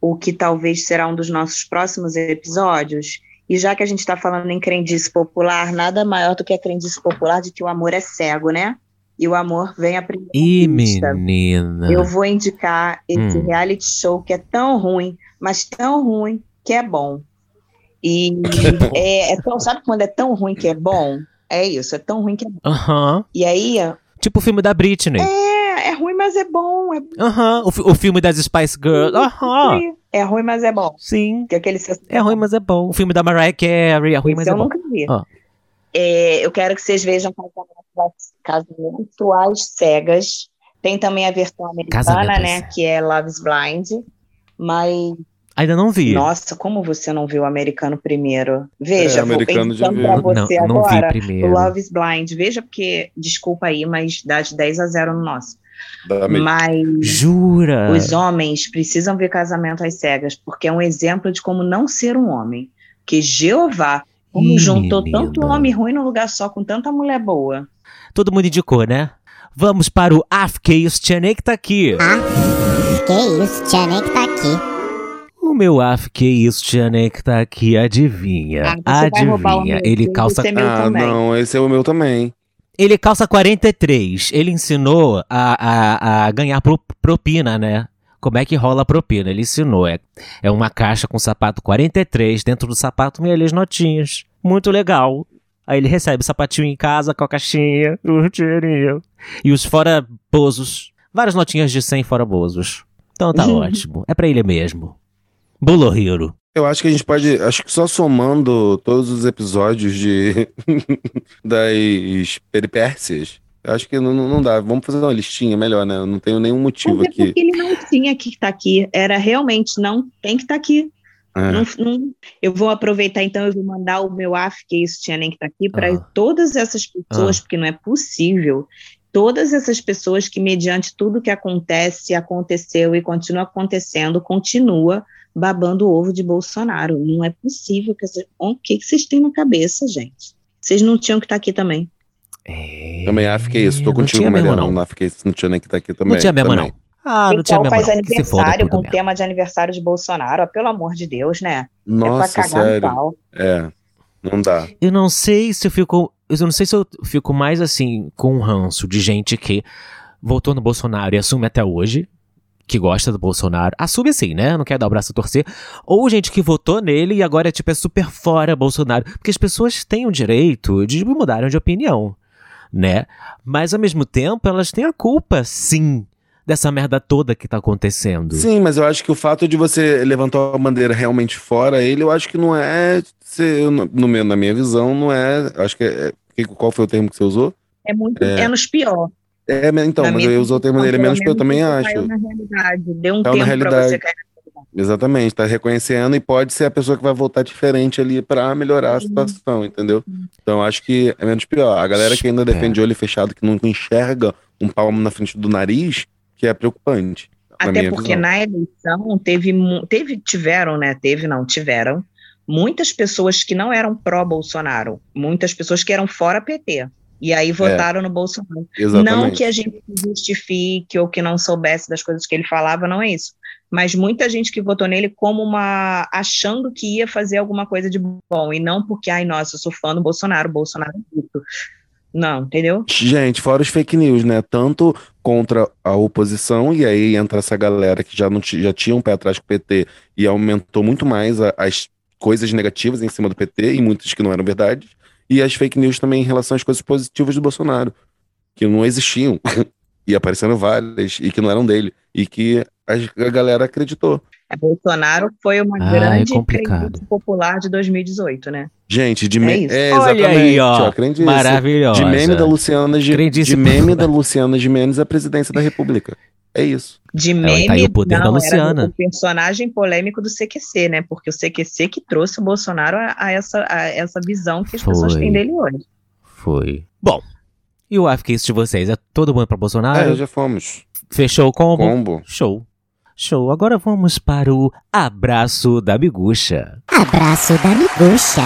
D: o que talvez será um dos nossos próximos episódios. E já que a gente está falando em crendice popular, nada maior do que a crendice popular de que o amor é cego, né? E o amor vem a primeira
B: Ih,
D: vista.
B: menina.
D: né? Eu vou indicar esse
B: Hum.
D: reality show que é tão ruim, mas tão ruim que é bom. E é, é tão- sabe quando é tão ruim que é bom? É isso, é tão ruim que é bom.
B: Aham.
D: E aí,
B: Tipo o filme da Britney.
D: é, é ruim, mas é bom. É,
B: Aham. O fi- O, filme das Spice Girls. Aham.
D: é ruim, mas é bom.
B: Sim.
D: Que aquele
B: Ah, É ruim, mas é bom. O filme da Mariah Carey. É ruim, mas
D: Esse
B: é
D: eu
B: bom.
D: nunca vi.
B: Ó.
D: É, eu quero que vocês vejam Casamento às- Casamento às Cegas. Tem também a versão americana,
B: Casamento às
D: né? Que é Love's Blind. Mas,
B: Ainda não vi.
D: nossa, como você não viu o americano primeiro? Veja,
C: É, americano de
D: vou indicando
C: ver.
D: pra
B: não,
D: você
B: não vi
D: agora.
B: primeiro.
D: Love's Blind. Veja, porque, desculpa aí, mas dá de 10 a 0 no nosso.
C: Da América.
D: Mas
B: Jura?
D: os homens precisam ver Casamento às Cegas, porque é um exemplo de como não ser um homem. Que Jeová, como
B: Ih,
D: juntou
B: menina.
D: tanto homem ruim num lugar só com tanta mulher boa.
B: Todo mundo indicou, né? Vamos para o Afkeus Tchanek tá aqui.
E: Que
D: é
E: isso, Tia Ney que tá aqui.
B: O meu af, que é isso, Tiane, que tá aqui, adivinha.
D: Ah, você vai roubar
B: É.
D: o
B: adivinha.
D: meu,
B: Ele
D: porque
B: calça,
D: você é meu
C: Ah,
D: também.
C: não, esse é o meu também.
B: ele calça 43. Ele ensinou a, a, a ganhar pro- propina, né? Como é que rola a propina? Ele ensinou. É, é uma caixa com sapato 43. Dentro do sapato, meia as notinhas. Muito legal. Aí ele recebe o sapatinho em casa com a caixinha, o dinheirinho. E os fora bozos. Várias notinhas de 100 fora bozos. Então tá ótimo. É pra ele mesmo. Bulohiro.
C: Eu acho que a gente pode. Acho que só somando todos os episódios de das peripécias, eu acho que não, não não dá. Vamos fazer uma listinha melhor, né? Eu não tenho nenhum motivo
D: Mas é
C: aqui.
D: porque ele não tinha que estar aqui. Era realmente, não, tem que estar aqui.
C: É.
D: Não- não- eu vou aproveitar, então, eu vou mandar o meu AF, que isso tinha nem que estar aqui, para
B: Ah.
D: todas essas pessoas, porque não é possível. Todas essas pessoas que, mediante tudo que acontece, aconteceu e continua acontecendo, continua babando o ovo de Bolsonaro. Não é possível que essas- O que, que vocês têm na cabeça, gente? Vocês não tinham que estar aqui também.
B: É,
C: Também ah, fiquei isso. Tô
B: não
C: contigo,
B: tinha
C: Mariana.
B: mesmo, não.
C: Não, fiquei não tinha nem que tá aqui também.
B: não tinha mesmo,
C: também.
B: não. Ah, não tinha
D: Então
B: mesmo,
D: faz
B: não. Que se foda
D: aniversário
B: tudo
D: com o
B: mesmo.
D: tema de aniversário de Bolsonaro. Ah, Pelo amor de Deus, né? é
C: Nossa,
D: pra cagar no
C: sério.
D: pau.
C: É. Não dá.
B: Eu não sei se eu fico... Eu não sei se eu fico mais, assim, com um ranço de gente que voltou no Bolsonaro e assume até hoje que gosta do Bolsonaro. Assume assim, né? Não quer dar o braço a torcer. Ou gente que votou nele e agora, tipo, é super fora Bolsonaro. Porque as pessoas têm o direito de mudarem de opinião, né? Mas, ao mesmo tempo, elas têm a culpa, sim, dessa merda toda que tá acontecendo.
C: Sim, mas eu acho que o fato de você levantar a bandeira realmente fora ele, eu acho que não é. ser- eu não- no meu, na minha visão, não é. Acho que é. que- Qual foi o termo que você usou?
D: É muito menos pior.
C: É, me- então,
D: Na
C: mas
D: minha
C: eu usei o termo
D: Então,
C: dele
D: pelo
C: menos, porque eu também
D: você
C: acho.
D: Caiu na realidade. Deu um
C: Caiu na
D: tempo pra
C: realidade.
D: você cair.
C: Exatamente, tá reconhecendo e pode ser a pessoa que vai voltar diferente ali pra melhorar a situação, entendeu? Então acho que é menos pior. A galera que ainda defende olho fechado, que nunca enxerga um palmo na frente do nariz, que é preocupante. na
D: Até
C: minha
D: porque
C: visão.
D: na eleição teve, mu- teve, tiveram, né? Teve, não, tiveram muitas pessoas que não eram pró-Bolsonaro, muitas pessoas que eram fora PT. E aí votaram no Bolsonaro. Não
C: É. Exatamente.
D: que a gente se justifique ou que não soubesse das coisas que ele falava, não é isso. Mas muita gente que votou nele como uma. achando que ia fazer alguma coisa de bom, e não porque, ai, nossa, eu sou fã do Bolsonaro, Bolsonaro é dito. Não, entendeu?
C: Gente, fora os fake news, né? Tanto contra a oposição, e aí entra essa galera que já, não ti- já tinha um pé atrás com o PT e aumentou muito mais a- as coisas negativas em cima do PT, e muitas que não eram verdade, e as fake news também em relação às coisas positivas do Bolsonaro, que não existiam, e apareceram várias, e que não eram dele, e que as- a galera acreditou.
D: Bolsonaro foi uma
B: Ah, é
D: grande
B: complicado.
D: crise popular de 2018, né?
C: Gente, de
D: É
C: meme.
D: isso.
C: É, exatamente.
B: Olha aí, ó.
C: acredite nisso.
B: Maravilhosa.
C: De meme da Luciana Gi-
B: Crendice
C: de meme
B: popular.
C: da Luciana Gimenez à presidência da República. É isso.
D: De meme,
B: tá aí o poder da
D: não,
B: Luciana.
D: era o personagem polêmico do CQC, né? Porque o CQC que trouxe o Bolsonaro a, a essa, a essa visão que as
B: Foi.
D: pessoas têm dele hoje.
B: Foi. Bom, e o AFK isso de vocês? É todo mundo pra Bolsonaro?
C: é, já fomos.
B: Fechou o combo?
C: Combo.
B: Show. Show. Agora vamos para o abraço da bigucha.
E: Abraço da miguxa.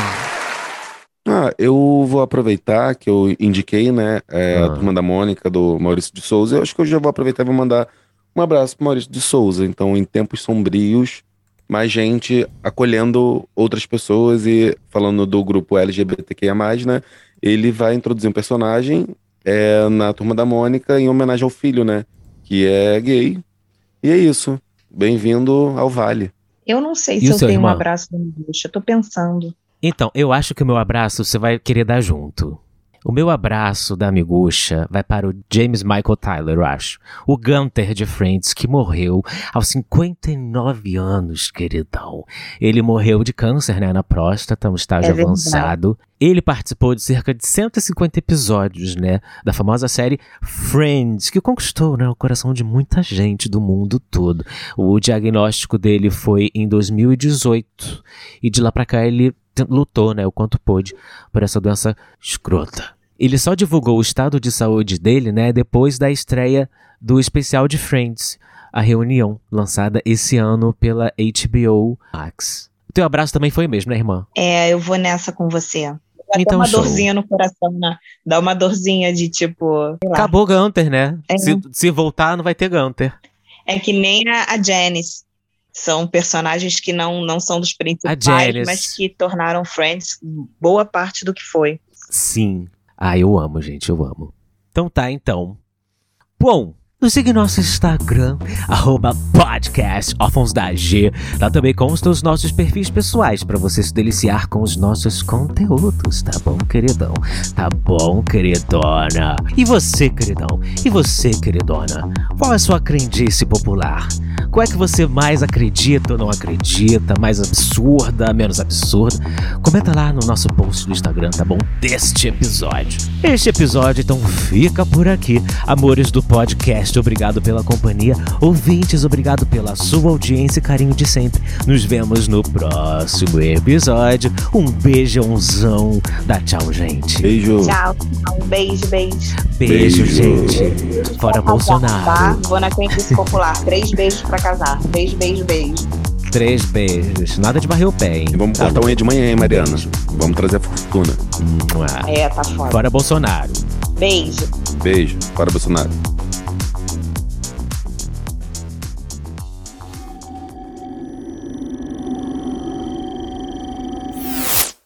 C: Ah, eu vou aproveitar que eu indiquei, né, é,
B: Ah.
C: a turma da Mônica, do Maurício de Souza. Eu acho que eu já vou aproveitar e vou mandar um abraço pro Maurício de Souza. Então, em tempos sombrios, mais gente acolhendo outras pessoas e falando do grupo LGBTQIA, né? Ele vai introduzir um personagem é, na turma da Mônica em homenagem ao filho, né? Que é gay. E é isso. Bem-vindo ao Vale.
D: Eu não sei
B: E
D: se
B: o
D: eu
B: seu
D: tenho
B: irmão?
D: um abraço da Miguxa, eu tô pensando.
B: Então, eu acho que o meu abraço você vai querer dar junto. O meu abraço da amigucha vai para o James Michael Tyler, eu acho. O Gunter de Friends, que morreu aos 59 anos, queridão. Ele morreu de câncer, né, na próstata, um estágio
D: É verdade.
B: avançado. Ele participou de cerca de 150 episódios, né, da famosa série Friends, que conquistou, né, o coração de muita gente do mundo todo. O diagnóstico dele foi em 2018 e de lá pra cá ele te- lutou, né, o quanto pôde por essa doença escrota. Ele só divulgou o estado de saúde dele, né, depois da estreia do especial de Friends, a reunião, lançada esse ano pela HBO Max. O teu abraço também foi mesmo, né, irmã?
D: É, eu vou nessa com você. Dá até
B: Então,
D: uma
B: show.
D: dorzinha no coração, né? Dá uma dorzinha de tipo. sei lá.
B: Acabou Gunter, né?
D: É.
B: Se, se voltar, não vai ter Gunter.
D: É que nem a, a Janice. São personagens que não, não são dos
B: A
D: principais,
B: Janice.
D: mas que tornaram Friends boa parte do que foi.
B: Sim. Ah, eu amo, gente, eu amo. Então tá, então. Bom, nos siga em nosso Instagram, arroba podcast órfãos da G. Lá também constam os nossos perfis pessoais pra você se deliciar com os nossos conteúdos, tá bom, queridão? Tá bom, queridona? E você, queridão? E você, queridona? Qual é a sua crendice popular? Qual é que você mais acredita ou não acredita? Mais absurda, menos absurda? Comenta lá no nosso post do Instagram, tá bom? Deste episódio. Este episódio, então, fica por aqui. Amores do podcast, obrigado pela companhia. Ouvintes, obrigado pela sua audiência e carinho de sempre. Nos vemos no próximo episódio. Um beijãozão. Dá tchau, gente.
C: Beijo.
D: Tchau. Um beijo, beijo.
B: Beijo,
C: Beijo.
B: gente. Fora
D: Tá?
B: Bolsonaro.
D: Vou na crendice popular. Três beijos pra casar. Três, beijo, beijo.
B: Três beijos. Nada de barrer o pé, hein?
C: E vamos
B: Tá
C: cortar
B: bom.
C: unha então é de manhã, hein, Mariana? Vamos trazer a fortuna.
B: Mua.
D: É, tá foda.
B: Fora Bolsonaro.
D: Beijo.
C: Beijo. Para Bolsonaro.